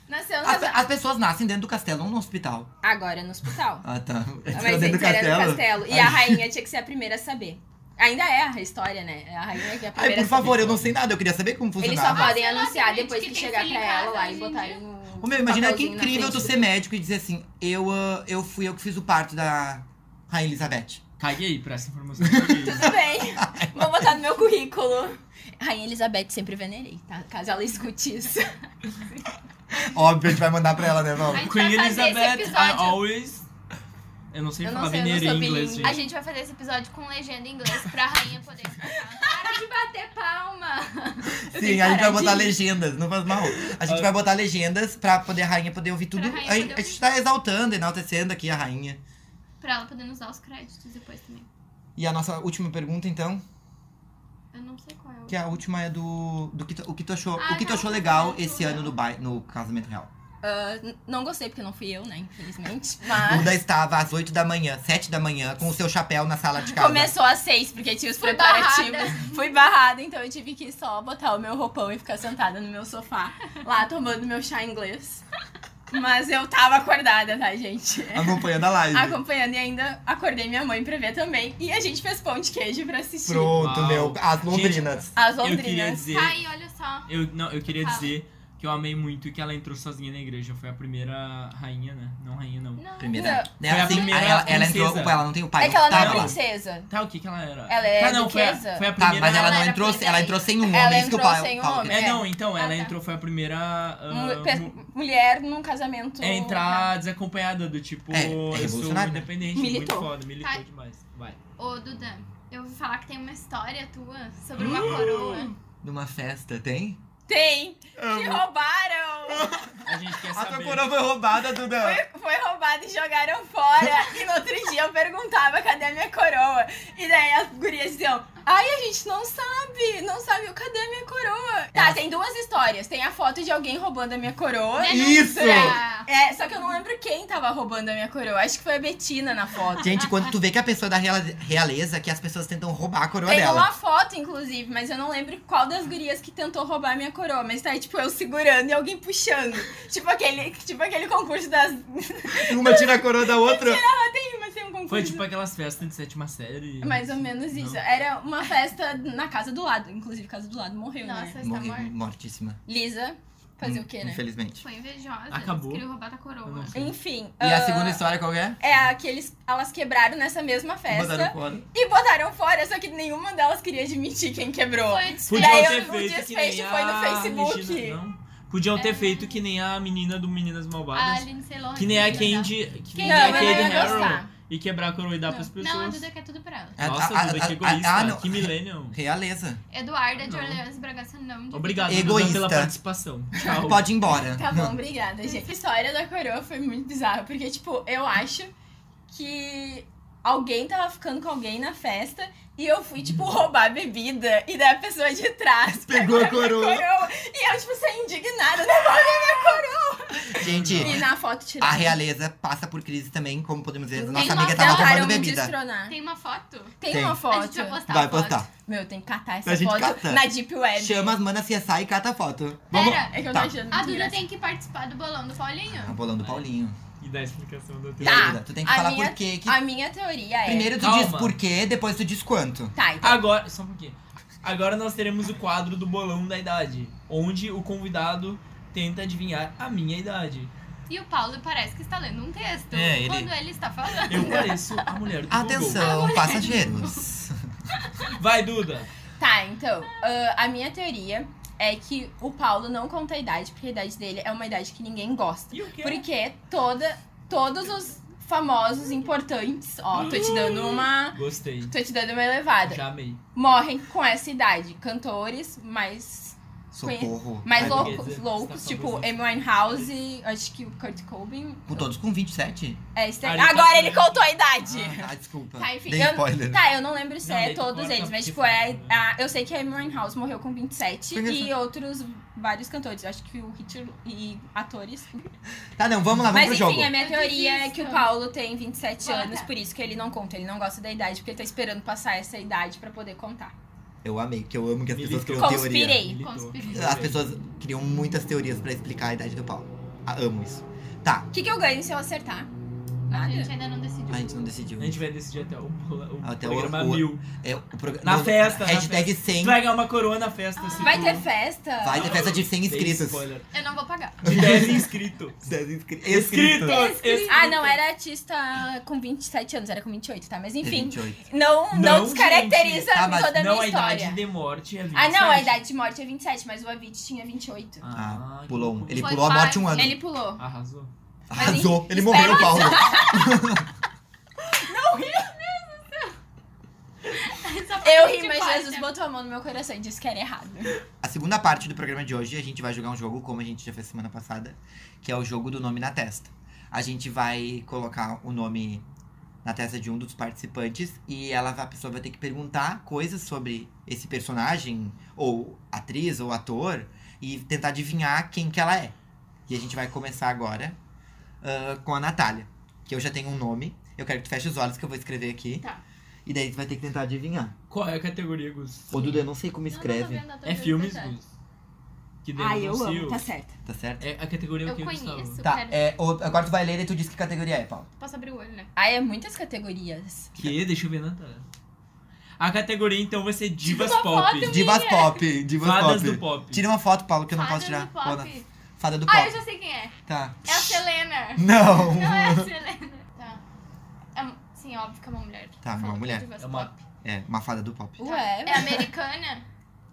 [SPEAKER 5] Nasceu no
[SPEAKER 2] As,
[SPEAKER 5] castelo.
[SPEAKER 2] as pessoas nascem dentro do castelo, não no hospital.
[SPEAKER 5] Agora no hospital.
[SPEAKER 2] Ah, tá.
[SPEAKER 5] Mas
[SPEAKER 2] Dentro do
[SPEAKER 5] antes era no
[SPEAKER 2] castelo.
[SPEAKER 5] castelo. E
[SPEAKER 2] Ai.
[SPEAKER 5] a rainha tinha que ser a primeira a saber. Ainda é a história, né? É A rainha que é
[SPEAKER 2] Ai,
[SPEAKER 5] a primeira
[SPEAKER 2] por
[SPEAKER 5] a saber.
[SPEAKER 2] favor, eu não sei nada, eu queria saber como
[SPEAKER 5] Eles só
[SPEAKER 2] funcionava.
[SPEAKER 5] podem
[SPEAKER 3] Ah, sei lá,
[SPEAKER 5] anunciar
[SPEAKER 3] tem
[SPEAKER 5] depois
[SPEAKER 3] gente
[SPEAKER 5] que
[SPEAKER 3] que tem
[SPEAKER 5] chegar
[SPEAKER 3] filho
[SPEAKER 5] pra
[SPEAKER 3] em
[SPEAKER 5] ela
[SPEAKER 3] casa
[SPEAKER 5] lá e
[SPEAKER 3] hoje em
[SPEAKER 5] botarem
[SPEAKER 3] dia.
[SPEAKER 5] um.
[SPEAKER 2] Ô, meu, imagina que
[SPEAKER 5] papelzinho na
[SPEAKER 2] incrível tu
[SPEAKER 5] frente.
[SPEAKER 2] ser médico e dizer assim, eu, ah, eu fui eu que fiz o parto da Rainha Elizabeth.
[SPEAKER 1] Caguei pra essa informação. caguei.
[SPEAKER 5] Tudo bem. Vou botar no meu currículo. Rainha Elizabeth sempre venerei, tá? Caso ela escute isso.
[SPEAKER 2] Óbvio, a gente vai mandar pra ela, né, Val?
[SPEAKER 3] A gente
[SPEAKER 1] Queen
[SPEAKER 3] vai fazer esse
[SPEAKER 1] Elizabeth, I
[SPEAKER 3] episódio.
[SPEAKER 1] always. Eu não sei
[SPEAKER 5] Eu não
[SPEAKER 1] falar
[SPEAKER 5] sei, eu não
[SPEAKER 1] veneira
[SPEAKER 5] sou
[SPEAKER 1] em inglês,
[SPEAKER 5] bilíngue.
[SPEAKER 3] A
[SPEAKER 1] gente.
[SPEAKER 3] gente vai fazer esse episódio com legenda em inglês pra rainha poder escutar.
[SPEAKER 5] Para de bater palma!
[SPEAKER 2] Sim, a gente vai botar legendas, não faz mal. A gente
[SPEAKER 1] Ah.
[SPEAKER 2] vai botar legendas pra poder a rainha poder ouvir tudo.
[SPEAKER 3] Pra rainha
[SPEAKER 2] A,
[SPEAKER 3] poder
[SPEAKER 2] a gente tá exaltando, enaltecendo aqui a rainha.
[SPEAKER 3] Pra ela poder nos dar os créditos depois também.
[SPEAKER 2] E a nossa última pergunta, então,
[SPEAKER 3] Eu não sei qual é o.
[SPEAKER 2] que a última é do, do que tu, o que tu achou,
[SPEAKER 3] Ah,
[SPEAKER 2] o que tu
[SPEAKER 3] tá,
[SPEAKER 2] achou
[SPEAKER 3] tá,
[SPEAKER 2] legal
[SPEAKER 3] tá,
[SPEAKER 2] esse
[SPEAKER 3] tá.
[SPEAKER 2] ano no, bai- no casamento real.
[SPEAKER 5] Ah, não gostei porque não fui eu, né? Infelizmente.
[SPEAKER 2] Duda
[SPEAKER 5] Mas.
[SPEAKER 2] estava às 8 da manhã, 7 da manhã, com o seu chapéu na sala de casa.
[SPEAKER 5] Começou às seis, porque tinha os
[SPEAKER 3] Fui
[SPEAKER 5] preparativos. Fui barrada, então eu tive que só botar o meu roupão e ficar sentada no meu sofá, lá tomando meu chá inglês. Mas eu tava acordada, tá, gente?
[SPEAKER 2] Acompanhando a
[SPEAKER 5] Ah,
[SPEAKER 2] live.
[SPEAKER 5] Acompanhando e ainda acordei minha mãe pra ver também. E a gente fez pão de queijo pra assistir.
[SPEAKER 2] Pronto,
[SPEAKER 1] Uau.
[SPEAKER 2] meu. As Londrinas.
[SPEAKER 5] As
[SPEAKER 1] Eu queria
[SPEAKER 5] Londrinas.
[SPEAKER 1] dizer.
[SPEAKER 3] Ai, olha só.
[SPEAKER 1] Eu, não, eu
[SPEAKER 5] Tá.
[SPEAKER 1] queria
[SPEAKER 3] Fala.
[SPEAKER 1] dizer que eu amei muito que ela entrou sozinha na igreja. Foi a primeira rainha, né? Não rainha, não.
[SPEAKER 3] Não.
[SPEAKER 2] Primeira. Né,
[SPEAKER 1] Foi a
[SPEAKER 2] assim,
[SPEAKER 1] primeira
[SPEAKER 2] aí ela, ela entrou,
[SPEAKER 1] princesa.
[SPEAKER 2] ela não tem o pai.
[SPEAKER 5] É que ela não
[SPEAKER 2] tá,
[SPEAKER 5] é
[SPEAKER 2] lá.
[SPEAKER 5] princesa.
[SPEAKER 1] Tá, o que que ela era?
[SPEAKER 5] Ela é
[SPEAKER 1] tá, não, foi a,
[SPEAKER 5] duquesa?
[SPEAKER 1] foi a
[SPEAKER 2] Tá,
[SPEAKER 1] primeira...
[SPEAKER 2] mas ela
[SPEAKER 3] Ela
[SPEAKER 2] não
[SPEAKER 3] era
[SPEAKER 2] entrou,
[SPEAKER 3] primeira
[SPEAKER 2] ela
[SPEAKER 3] aí.
[SPEAKER 2] entrou sem um homem.
[SPEAKER 5] Ela
[SPEAKER 2] isso que o
[SPEAKER 5] entrou
[SPEAKER 2] pai-
[SPEAKER 5] sem um
[SPEAKER 2] Paulo
[SPEAKER 5] homem.
[SPEAKER 2] quer.
[SPEAKER 1] É,
[SPEAKER 5] É. Um
[SPEAKER 1] não, então, ela
[SPEAKER 3] Ah, tá.
[SPEAKER 1] entrou, foi a primeira... ah,
[SPEAKER 5] Mu- pe-
[SPEAKER 1] mu-
[SPEAKER 5] mulher num casamento.
[SPEAKER 1] é
[SPEAKER 5] tá.
[SPEAKER 1] entrar desacompanhada, do tipo,
[SPEAKER 2] É, é
[SPEAKER 1] eu sou
[SPEAKER 2] revolucionário, né?
[SPEAKER 1] independente,
[SPEAKER 5] Militou.
[SPEAKER 1] muito foda, militou
[SPEAKER 3] Tá.
[SPEAKER 1] demais. Vai.
[SPEAKER 3] Ô, Duda, eu ouvi falar que tem uma história tua sobre uma coroa.
[SPEAKER 2] Numa festa, tem?
[SPEAKER 5] Tem! Que roubaram!
[SPEAKER 1] A gente quer
[SPEAKER 2] A tua
[SPEAKER 1] saber...
[SPEAKER 2] coroa foi roubada, Duda.
[SPEAKER 5] Foi roubado e jogaram fora. E no outro dia eu perguntava cadê a minha coroa. E daí as gurias diziam: Ai, a gente não sabe, não sabe cadê a minha coroa. Tá, tem duas histórias. Tem a foto de alguém roubando a minha coroa.
[SPEAKER 3] Né?
[SPEAKER 2] Isso!
[SPEAKER 3] Denúncia!
[SPEAKER 5] É, só que eu não lembro quem tava roubando a minha coroa. Acho que foi a Betina na foto.
[SPEAKER 2] Gente, quando tu vê que a pessoa é da reala- realeza, que as pessoas tentam roubar a coroa
[SPEAKER 5] Tem uma
[SPEAKER 2] dela.
[SPEAKER 5] foto, inclusive, mas eu não lembro qual das gurias que tentou roubar a minha coroa. Mas tá, tipo, eu segurando e alguém puxando. Tipo aquele, tipo aquele concurso das...
[SPEAKER 2] Uma tira a coroa da outra.
[SPEAKER 5] Ih, mas tem um concurso...
[SPEAKER 1] Foi tipo aquelas festas de sétima série.
[SPEAKER 5] Mais ou menos isso.
[SPEAKER 1] Não.
[SPEAKER 5] Era uma festa na casa do lado. Inclusive, casa do lado morreu, né?
[SPEAKER 3] Nossa, está
[SPEAKER 2] Morri,
[SPEAKER 3] morta.
[SPEAKER 2] mortíssima. Hum,
[SPEAKER 5] Lisa, fazer o quê, né?
[SPEAKER 2] Infelizmente.
[SPEAKER 3] Foi invejosa.
[SPEAKER 1] Acabou.
[SPEAKER 3] Queria roubar da coroa.
[SPEAKER 1] Eu não sei.
[SPEAKER 5] Enfim.
[SPEAKER 2] E a
[SPEAKER 5] ah,
[SPEAKER 2] segunda história qual é?
[SPEAKER 5] É aqueles... Elas quebraram nessa mesma festa.
[SPEAKER 2] Botaram fora.
[SPEAKER 5] E botaram fora, só que nenhuma delas queria admitir quem quebrou.
[SPEAKER 3] Foi desfeito.
[SPEAKER 5] E
[SPEAKER 1] Podiam
[SPEAKER 5] aí
[SPEAKER 1] ter
[SPEAKER 5] eu- o
[SPEAKER 1] feito que
[SPEAKER 5] desfecho
[SPEAKER 1] nem a
[SPEAKER 5] foi no Facebook. É.
[SPEAKER 1] Regina- não. Podiam ter feito que nem a menina do Meninas
[SPEAKER 3] A
[SPEAKER 5] Ah,
[SPEAKER 1] Malvadas.
[SPEAKER 3] Aline Ceylon.
[SPEAKER 1] que nem a Candy. Que nem
[SPEAKER 3] Não,
[SPEAKER 1] a
[SPEAKER 3] ela
[SPEAKER 1] Candy
[SPEAKER 3] ia
[SPEAKER 1] Harrow.
[SPEAKER 5] gostar.
[SPEAKER 1] E quebrar a coroa e dar
[SPEAKER 5] Não.
[SPEAKER 1] pras
[SPEAKER 3] Não, a
[SPEAKER 1] pessoas.
[SPEAKER 3] Duda quer tudo pra ela.
[SPEAKER 2] Ah,
[SPEAKER 1] Nossa,
[SPEAKER 2] ah,
[SPEAKER 1] Duda,
[SPEAKER 2] ah,
[SPEAKER 1] que
[SPEAKER 2] ah, ah,
[SPEAKER 1] egoísta.
[SPEAKER 2] não.
[SPEAKER 1] Que millennium.
[SPEAKER 2] Realeza.
[SPEAKER 3] Eduarda de
[SPEAKER 1] Não.
[SPEAKER 3] Orleans Bragaça, não. divide.
[SPEAKER 1] Obrigado, Duda,
[SPEAKER 2] Egoísta.
[SPEAKER 1] pela participação. Tchau.
[SPEAKER 2] Pode ir embora.
[SPEAKER 5] Tá bom, obrigada, gente. A história da coroa foi muito bizarra, porque, tipo, eu acho que alguém tava ficando com alguém na festa e eu fui, tipo, roubar a bebida. E daí a pessoa de trás
[SPEAKER 2] Pegou a
[SPEAKER 5] pegou a
[SPEAKER 2] coroa.
[SPEAKER 5] coroa. E eu, tipo, saí indignada, devolve a
[SPEAKER 2] Gente,
[SPEAKER 5] minha coroa. E na foto tirou.
[SPEAKER 2] a realeza passa por crise também, como podemos ver. Nossa
[SPEAKER 3] Tem uma
[SPEAKER 2] amiga tava
[SPEAKER 3] foto.
[SPEAKER 2] roubando
[SPEAKER 5] Tentaram me
[SPEAKER 2] bebida.
[SPEAKER 5] destronar.
[SPEAKER 3] Tem uma foto?
[SPEAKER 5] Tem,
[SPEAKER 2] Tem.
[SPEAKER 5] uma
[SPEAKER 3] A
[SPEAKER 5] tá foto.
[SPEAKER 3] gente vai postar a
[SPEAKER 2] Vai
[SPEAKER 3] foto.
[SPEAKER 2] postar.
[SPEAKER 5] Meu, tem que catar
[SPEAKER 2] A
[SPEAKER 5] essa
[SPEAKER 2] gente
[SPEAKER 5] foto
[SPEAKER 2] cata.
[SPEAKER 5] na Deep Web.
[SPEAKER 2] Chama as manas CSI e cata a foto.
[SPEAKER 3] Pera,
[SPEAKER 5] É que eu
[SPEAKER 2] Tá.
[SPEAKER 5] tô achando.
[SPEAKER 3] A
[SPEAKER 5] muito
[SPEAKER 3] Duda
[SPEAKER 5] engraçado.
[SPEAKER 3] tem que participar do bolão do
[SPEAKER 2] Ah,
[SPEAKER 3] Paulinho.
[SPEAKER 2] bolão do Paulinho.
[SPEAKER 1] E dar a explicação do teu.
[SPEAKER 2] E aí,
[SPEAKER 5] Tá.
[SPEAKER 2] Duda, tu tem que
[SPEAKER 5] a
[SPEAKER 2] falar
[SPEAKER 5] minha-
[SPEAKER 2] por quê. que-
[SPEAKER 5] A minha teoria é.
[SPEAKER 2] Primeiro tu
[SPEAKER 1] Calma.
[SPEAKER 2] diz por quê, depois tu diz quanto.
[SPEAKER 5] Tá, então.
[SPEAKER 1] Agora, só um pouquinho. Agora nós teremos o quadro do bolão da idade, onde o convidado tenta adivinhar a minha idade.
[SPEAKER 3] E o Paulo parece que está lendo um texto.
[SPEAKER 2] É, ele-
[SPEAKER 3] Quando ele está falando.
[SPEAKER 1] Eu pareço a mulher do Google.
[SPEAKER 2] Atenção, passageiros.
[SPEAKER 1] Vai, Duda.
[SPEAKER 5] Tá, então, ah, a minha teoria é que o Paulo não conta a idade, porque a idade dele é uma idade que ninguém gosta.
[SPEAKER 1] E o quê?
[SPEAKER 5] Porque toda, todos os famosos importantes, ó, tô te dando uma.
[SPEAKER 1] Gostei.
[SPEAKER 5] Tô te dando uma elevada.
[SPEAKER 1] Já amei.
[SPEAKER 5] Morrem com essa idade. Cantores, mais
[SPEAKER 2] Socorro.
[SPEAKER 5] Mas
[SPEAKER 2] Ai,
[SPEAKER 1] louco.
[SPEAKER 5] louco-
[SPEAKER 1] beleza. tá
[SPEAKER 5] loucos,
[SPEAKER 1] Está
[SPEAKER 5] tipo,
[SPEAKER 1] favorecido.
[SPEAKER 5] Amy Winehouse, acho que o Kurt Cobain.
[SPEAKER 2] Com todos com 27?
[SPEAKER 5] É, este...
[SPEAKER 1] Ah, ele tá
[SPEAKER 5] Agora ele
[SPEAKER 1] certo.
[SPEAKER 5] contou a idade.
[SPEAKER 2] Ah, tá, desculpa.
[SPEAKER 3] Tá, enfim,
[SPEAKER 2] Dei
[SPEAKER 5] eu-
[SPEAKER 2] spoiler.
[SPEAKER 5] Tá, eu não lembro se
[SPEAKER 1] Não,
[SPEAKER 5] é
[SPEAKER 1] daí tu
[SPEAKER 5] todos
[SPEAKER 1] corta,
[SPEAKER 5] eles, mas
[SPEAKER 1] porque
[SPEAKER 5] tipo, é.
[SPEAKER 1] fala, né?
[SPEAKER 5] a- eu sei que a Amy Winehouse morreu com 27
[SPEAKER 2] Porque
[SPEAKER 5] e outros vários cantores. Acho que o Richard e atores.
[SPEAKER 2] Tá, não, vamos lá, vamos
[SPEAKER 5] mas
[SPEAKER 2] pro
[SPEAKER 5] enfim,
[SPEAKER 2] jogo.
[SPEAKER 5] a minha
[SPEAKER 3] Eu
[SPEAKER 5] teoria é
[SPEAKER 3] desisto.
[SPEAKER 5] que o Paulo tem 27
[SPEAKER 3] Bora.
[SPEAKER 5] anos, por isso que ele não conta, ele não gosta da idade, porque ele tá esperando passar essa idade pra poder contar.
[SPEAKER 2] Eu amei, porque eu amo que as pessoas
[SPEAKER 1] Militou.
[SPEAKER 2] criam teoria.
[SPEAKER 5] é- Conspirei.
[SPEAKER 1] Militou.
[SPEAKER 3] Conspirei.
[SPEAKER 2] As pessoas criam muitas teorias pra explicar a idade do Paulo. Ah, amo isso. Tá,
[SPEAKER 5] O que, que eu ganho se eu acertar?
[SPEAKER 3] A gente
[SPEAKER 5] Nada.
[SPEAKER 3] ainda não decidiu.
[SPEAKER 2] a gente não decidiu.
[SPEAKER 1] A gente vai decidir até o, o
[SPEAKER 2] Até o-
[SPEAKER 1] programa
[SPEAKER 2] o-
[SPEAKER 1] mil.
[SPEAKER 2] É, o prog-
[SPEAKER 1] Na
[SPEAKER 2] no-
[SPEAKER 1] festa, na
[SPEAKER 2] Hashtag 100.
[SPEAKER 1] Tu vai ganhar uma coroa na festa se
[SPEAKER 5] Vai
[SPEAKER 1] tu...
[SPEAKER 5] ter festa?
[SPEAKER 2] Vai ter festa de 100
[SPEAKER 1] Dei
[SPEAKER 2] inscritos.
[SPEAKER 1] spoiler.
[SPEAKER 3] Eu não vou pagar.
[SPEAKER 1] De 10 inscritos.
[SPEAKER 2] Escrito.
[SPEAKER 5] Ah, não, era artista com 27 anos, era com 28, tá? Mas enfim,
[SPEAKER 2] 28.
[SPEAKER 5] não, não,
[SPEAKER 1] Não, tá,
[SPEAKER 5] descaracteriza
[SPEAKER 2] gente. Ah, mas
[SPEAKER 5] toda a
[SPEAKER 1] Não,
[SPEAKER 5] minha
[SPEAKER 1] a
[SPEAKER 5] história.
[SPEAKER 1] idade de morte é 27.
[SPEAKER 5] Ah, não, a idade de morte é 27, mas o Avit tinha 28.
[SPEAKER 2] Ah,
[SPEAKER 1] que
[SPEAKER 2] pulou um. Ele
[SPEAKER 3] Foi
[SPEAKER 2] pulou a morte um
[SPEAKER 3] fácil.
[SPEAKER 2] ano.
[SPEAKER 5] Ele pulou.
[SPEAKER 1] Arrasou.
[SPEAKER 5] Mas
[SPEAKER 2] Arrasou. Ele
[SPEAKER 5] espera
[SPEAKER 2] morreu, o Paulo.
[SPEAKER 3] Só pra
[SPEAKER 5] Eu
[SPEAKER 3] gente
[SPEAKER 5] ri, mas
[SPEAKER 3] pode.
[SPEAKER 5] Jesus botou a mão no meu coração e disse que era errado.
[SPEAKER 2] A segunda parte do programa de hoje, a gente vai jogar um jogo, como a gente já fez semana passada, que é o jogo do nome na testa. A gente vai colocar o nome na testa de um dos participantes e ela, vai- a pessoa vai ter que perguntar coisas sobre esse personagem, ou atriz, ou ator, e tentar adivinhar quem que ela é. E a gente vai começar agora ah, com a Natália, que eu já tenho um nome. Eu quero que tu feche os olhos que eu vou escrever aqui.
[SPEAKER 3] Tá.
[SPEAKER 2] E daí tu vai ter que tentar adivinhar.
[SPEAKER 1] Qual é a categoria, Gus?
[SPEAKER 2] Ô, Duda, eu não sei como
[SPEAKER 3] Eu não tô
[SPEAKER 2] escreve,
[SPEAKER 3] vendo a tua
[SPEAKER 1] É filmes,
[SPEAKER 3] vida,
[SPEAKER 1] Gus. Que
[SPEAKER 5] Ai, eu amo,
[SPEAKER 1] denuncio.
[SPEAKER 5] tá certo.
[SPEAKER 2] tá certo?
[SPEAKER 1] É a categoria
[SPEAKER 3] Eu
[SPEAKER 1] que
[SPEAKER 3] conheço.
[SPEAKER 2] Tá,
[SPEAKER 3] quero-
[SPEAKER 2] é, o- agora tu vai ler e tu diz que categoria é, Paulo.
[SPEAKER 3] Posso abrir o olho, né?
[SPEAKER 5] Ai, é muitas categorias.
[SPEAKER 1] Que? Deixa eu ver na tela. A categoria, então, vai
[SPEAKER 5] Tipo
[SPEAKER 1] ser Divas
[SPEAKER 3] Uma
[SPEAKER 1] Pop.
[SPEAKER 3] foto
[SPEAKER 2] Divas pop, divas
[SPEAKER 1] Fadas
[SPEAKER 2] pop.
[SPEAKER 1] do Pop.
[SPEAKER 2] Tira uma foto, Paulo, que eu não
[SPEAKER 3] Fada
[SPEAKER 2] posso tirar.
[SPEAKER 3] do pop.
[SPEAKER 2] Foda. Fada do pop.
[SPEAKER 3] Ah, eu já sei quem é.
[SPEAKER 2] Tá.
[SPEAKER 3] É a Selena.
[SPEAKER 2] Não.
[SPEAKER 3] Não é a Selena. Tá. É um- sim, óbvio que é uma mulher.
[SPEAKER 2] Tá, uma
[SPEAKER 3] Fala que
[SPEAKER 2] mulher.
[SPEAKER 3] divas
[SPEAKER 1] É uma-
[SPEAKER 3] pop. Tá.
[SPEAKER 2] É, uma fada do pop.
[SPEAKER 5] Ué,
[SPEAKER 3] É americana?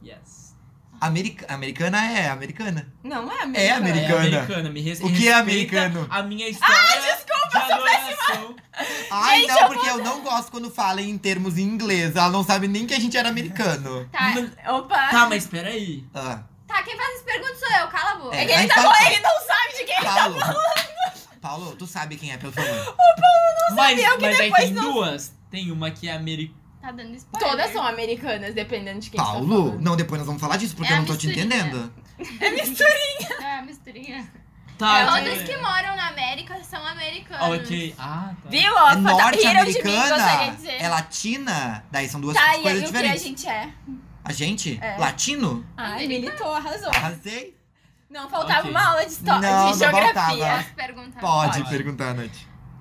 [SPEAKER 1] Yes.
[SPEAKER 2] America, americana é americana.
[SPEAKER 5] não é americano.
[SPEAKER 2] É
[SPEAKER 1] É
[SPEAKER 2] americano.
[SPEAKER 1] americana, me res...
[SPEAKER 2] O que é
[SPEAKER 1] respeita
[SPEAKER 2] americano?
[SPEAKER 1] A minha história ah, desculpa, de adoração.
[SPEAKER 2] Ai, não, porque eu não gosto quando falam em termos em inglês. Ela não sabe nem que a gente era americano.
[SPEAKER 3] Tá.
[SPEAKER 1] Mas-
[SPEAKER 5] Opa.
[SPEAKER 1] Tá, mas peraí.
[SPEAKER 2] Ah,
[SPEAKER 3] Tá, quem faz as perguntas sou eu, cala a boca.
[SPEAKER 5] É que
[SPEAKER 2] a
[SPEAKER 5] ele
[SPEAKER 2] gente
[SPEAKER 5] tá
[SPEAKER 2] fala-
[SPEAKER 5] bom, ele não sabe de quem ele tá
[SPEAKER 2] Paulo.
[SPEAKER 5] falando.
[SPEAKER 2] Paulo, tu sabe quem é, pelo favor.
[SPEAKER 1] mas
[SPEAKER 5] sabia que
[SPEAKER 1] mas aí
[SPEAKER 5] depois
[SPEAKER 1] tem
[SPEAKER 5] não-
[SPEAKER 1] duas. Tem uma que é americana.
[SPEAKER 3] Tá dando spoiler.
[SPEAKER 5] Todas são americanas, dependendo de quem tu tá
[SPEAKER 2] Paulo?
[SPEAKER 5] falando.
[SPEAKER 2] Não, depois nós vamos falar disso, porque
[SPEAKER 3] É
[SPEAKER 2] eu
[SPEAKER 3] a
[SPEAKER 2] não tô te
[SPEAKER 3] misturinha.
[SPEAKER 2] entendendo.
[SPEAKER 3] É, misturinha.
[SPEAKER 1] Tá,
[SPEAKER 5] Ah,
[SPEAKER 3] Todos
[SPEAKER 1] tudo
[SPEAKER 3] que
[SPEAKER 1] bem.
[SPEAKER 3] moram na América são americanos.
[SPEAKER 1] Ok. Ah, tá.
[SPEAKER 5] Viu? Ó,
[SPEAKER 2] é
[SPEAKER 5] fanta- riram de mim, gostaria
[SPEAKER 2] norte-americana?
[SPEAKER 5] de dizer.
[SPEAKER 2] É latina? Daí são duas
[SPEAKER 5] Tá, e
[SPEAKER 2] coisas
[SPEAKER 5] aí o que a
[SPEAKER 2] diferentes.
[SPEAKER 5] gente é?
[SPEAKER 2] A gente?
[SPEAKER 5] É.
[SPEAKER 2] Latino?
[SPEAKER 5] Ai, militou, arrasou.
[SPEAKER 2] Arrasei?
[SPEAKER 5] Não, faltava
[SPEAKER 1] Ok.
[SPEAKER 5] uma aula de
[SPEAKER 2] Não,
[SPEAKER 5] história,
[SPEAKER 2] não
[SPEAKER 5] de geografia.
[SPEAKER 2] faltava.
[SPEAKER 3] Posso perguntar?
[SPEAKER 2] Pode,
[SPEAKER 1] Pode.
[SPEAKER 2] perguntar, Nath.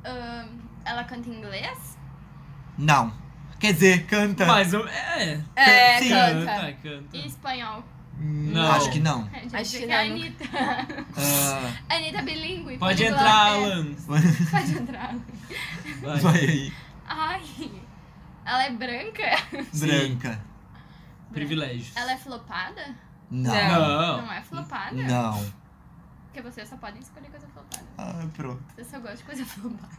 [SPEAKER 3] Ahn, ela canta em inglês?
[SPEAKER 2] Não. Quer dizer, canta.
[SPEAKER 1] Mas eu. É.
[SPEAKER 5] É,
[SPEAKER 2] Sim.
[SPEAKER 5] canta.
[SPEAKER 1] Canta, canta.
[SPEAKER 3] E espanhol?
[SPEAKER 2] Hum,
[SPEAKER 1] Não.
[SPEAKER 2] Acho que não.
[SPEAKER 3] A gente
[SPEAKER 5] Acho
[SPEAKER 3] dizer
[SPEAKER 5] que
[SPEAKER 3] é a
[SPEAKER 5] não.
[SPEAKER 3] Anitta.
[SPEAKER 2] Ah,
[SPEAKER 3] Anitta é bilíngue.
[SPEAKER 1] Pode
[SPEAKER 3] poliglota,
[SPEAKER 1] entrar,
[SPEAKER 3] é.
[SPEAKER 1] Alan.
[SPEAKER 3] Pode entrar.
[SPEAKER 1] Vai.
[SPEAKER 2] vai aí.
[SPEAKER 3] Ai, ela é branca?
[SPEAKER 1] Sim.
[SPEAKER 2] Branca.
[SPEAKER 1] Privilégio.
[SPEAKER 3] Ela é flopada?
[SPEAKER 2] Não.
[SPEAKER 1] Não.
[SPEAKER 3] Não é flopada?
[SPEAKER 2] Não.
[SPEAKER 3] Porque vocês só podem escolher coisa flopada.
[SPEAKER 2] Ah, pronto.
[SPEAKER 3] Eu só gosto de coisa flopada.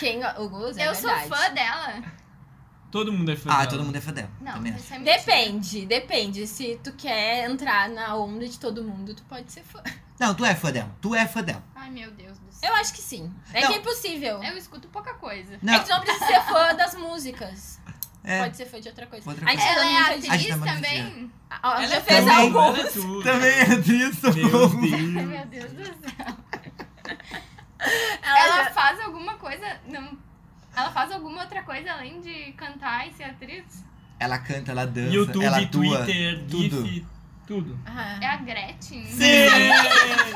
[SPEAKER 5] Quem, o Gus, é
[SPEAKER 3] eu sou
[SPEAKER 5] verdade.
[SPEAKER 3] fã dela?
[SPEAKER 1] Todo mundo é fã.
[SPEAKER 2] Ah,
[SPEAKER 1] dela.
[SPEAKER 2] todo mundo é fã dela.
[SPEAKER 3] Não,
[SPEAKER 2] Também acho.
[SPEAKER 5] né?
[SPEAKER 3] isso é mentira.
[SPEAKER 5] Depende, depende. Se tu quer entrar na onda de todo mundo, tu pode ser fã.
[SPEAKER 2] Não, tu é fã dela. Tu é fã dela.
[SPEAKER 3] Ai, meu Deus do céu.
[SPEAKER 5] Eu acho que sim. É
[SPEAKER 2] Não.
[SPEAKER 5] que é impossível.
[SPEAKER 3] Eu escuto pouca coisa.
[SPEAKER 2] Não.
[SPEAKER 5] É que tu não precisa ser fã das músicas.
[SPEAKER 2] É.
[SPEAKER 5] Pode ser fã de outra coisa.
[SPEAKER 2] Outra
[SPEAKER 5] a gente
[SPEAKER 3] Ela
[SPEAKER 5] tá
[SPEAKER 3] é
[SPEAKER 5] dando muita dica.
[SPEAKER 2] atriz
[SPEAKER 3] atriz
[SPEAKER 2] tá
[SPEAKER 3] também?
[SPEAKER 5] Ó,
[SPEAKER 1] Ela
[SPEAKER 5] já
[SPEAKER 1] é
[SPEAKER 5] fez
[SPEAKER 1] tudo,
[SPEAKER 2] também.
[SPEAKER 5] algum.
[SPEAKER 1] ela é tudo.
[SPEAKER 2] Também é disso.
[SPEAKER 1] Meu
[SPEAKER 3] Ai,
[SPEAKER 1] Deus.
[SPEAKER 3] meu Deus do céu.
[SPEAKER 5] Ela
[SPEAKER 3] Ela
[SPEAKER 5] já-
[SPEAKER 3] faz alguma coisa... Não... Ela faz alguma outra coisa além de cantar e ser atriz?
[SPEAKER 2] Ela canta, ela dança,
[SPEAKER 1] YouTube,
[SPEAKER 2] ela atua.
[SPEAKER 1] Twitter,
[SPEAKER 2] tudo.
[SPEAKER 1] GIF, tudo.
[SPEAKER 5] Ah.
[SPEAKER 3] É a Gretchen?
[SPEAKER 1] Sim!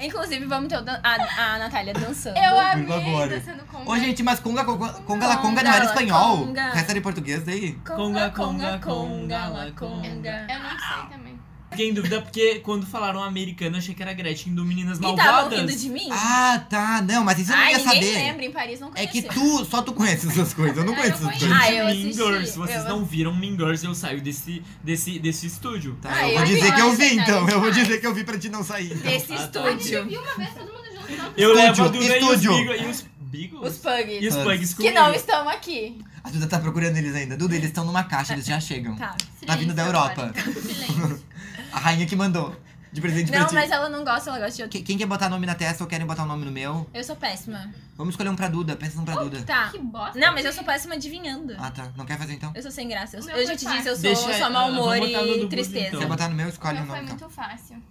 [SPEAKER 5] Inclusive, vamos ter o dan- a, a Natália dançando.
[SPEAKER 3] Eu
[SPEAKER 2] Por favor.
[SPEAKER 3] amei tá dançando com
[SPEAKER 2] Ô, gente, mas Conga, Conga, Conga La Conga não
[SPEAKER 5] Conga
[SPEAKER 2] era
[SPEAKER 5] La
[SPEAKER 2] espanhol.
[SPEAKER 5] Conga.
[SPEAKER 2] Resta de português daí.
[SPEAKER 1] Conga, conga, conga, la conga.
[SPEAKER 3] Eu não sei também.
[SPEAKER 1] Fiquei em dúvida porque quando falaram americano, eu achei que era Gretchen do Meninas
[SPEAKER 5] E tava
[SPEAKER 1] Malvadas.
[SPEAKER 5] rindo de mim?
[SPEAKER 2] Ah, tá. Não, mas isso eu não
[SPEAKER 5] Ai,
[SPEAKER 2] ia
[SPEAKER 5] ninguém
[SPEAKER 2] saber.
[SPEAKER 5] lembra, em Paris não
[SPEAKER 2] É
[SPEAKER 5] conheceu.
[SPEAKER 2] que tu, só tu conhece essas coisas, eu não
[SPEAKER 3] Ah,
[SPEAKER 2] conheço
[SPEAKER 3] eu
[SPEAKER 2] essas
[SPEAKER 3] conheço.
[SPEAKER 2] coisas.
[SPEAKER 5] Ah, eu
[SPEAKER 1] Mean
[SPEAKER 5] assisti,
[SPEAKER 1] Girls, vocês
[SPEAKER 5] eu-
[SPEAKER 1] não viram Mean Girls, eu saio desse, desse, desse estúdio.
[SPEAKER 2] Tá,
[SPEAKER 5] Ah,
[SPEAKER 2] eu
[SPEAKER 5] eu
[SPEAKER 2] vou
[SPEAKER 5] vi,
[SPEAKER 2] dizer que eu
[SPEAKER 5] mas
[SPEAKER 2] vi
[SPEAKER 5] é
[SPEAKER 2] então, eu vou
[SPEAKER 5] demais.
[SPEAKER 2] dizer que eu vi pra te não sair. então.
[SPEAKER 5] Desse
[SPEAKER 1] Ah, tá.
[SPEAKER 3] A gente
[SPEAKER 5] estúdio.
[SPEAKER 3] viu uma vez todo mundo junto. não?
[SPEAKER 1] Eu levo a
[SPEAKER 2] Estúdio,
[SPEAKER 1] Duda e os,
[SPEAKER 2] estúdio.
[SPEAKER 1] bigo- e os Beagles?
[SPEAKER 5] Os pugs.
[SPEAKER 1] E os
[SPEAKER 2] Pugs.
[SPEAKER 1] pugs
[SPEAKER 5] Que
[SPEAKER 1] comigo.
[SPEAKER 5] não estão aqui.
[SPEAKER 2] A Duda tá procurando eles ainda. Duda, eles estão numa caixa, eles já chegam.
[SPEAKER 5] Tá.
[SPEAKER 2] Tá vindo da
[SPEAKER 3] Silêncio
[SPEAKER 2] Europa.
[SPEAKER 3] agora, então. Silêncio.
[SPEAKER 2] A rainha que mandou. De presente pra
[SPEAKER 5] Não,
[SPEAKER 2] ti.
[SPEAKER 5] mas ela não gosta, ela gosta de outro.
[SPEAKER 2] Que- Quem quer botar nome na testa ou querem botar o nome no meu?
[SPEAKER 5] Eu sou péssima.
[SPEAKER 2] Vamos escolher um pra Duda. Pensa num pra Duda.
[SPEAKER 5] Tá.
[SPEAKER 3] Que bosta.
[SPEAKER 5] Não, mas eu
[SPEAKER 3] gente.
[SPEAKER 5] sou péssima adivinhando.
[SPEAKER 2] Ah, tá. Não quer fazer então?
[SPEAKER 5] Eu sou sem graça. Eu,
[SPEAKER 3] O meu
[SPEAKER 5] eu já
[SPEAKER 3] foi
[SPEAKER 5] te
[SPEAKER 3] fácil.
[SPEAKER 5] disse, eu sou,
[SPEAKER 1] Deixa,
[SPEAKER 5] só mau
[SPEAKER 1] eu vou
[SPEAKER 5] humor
[SPEAKER 1] botar no do
[SPEAKER 5] e
[SPEAKER 1] Bruno,
[SPEAKER 5] tristeza.
[SPEAKER 1] então.
[SPEAKER 2] Quer botar no meu? Escolhe o
[SPEAKER 3] Meu
[SPEAKER 2] nome
[SPEAKER 3] foi
[SPEAKER 2] então.
[SPEAKER 3] muito fácil.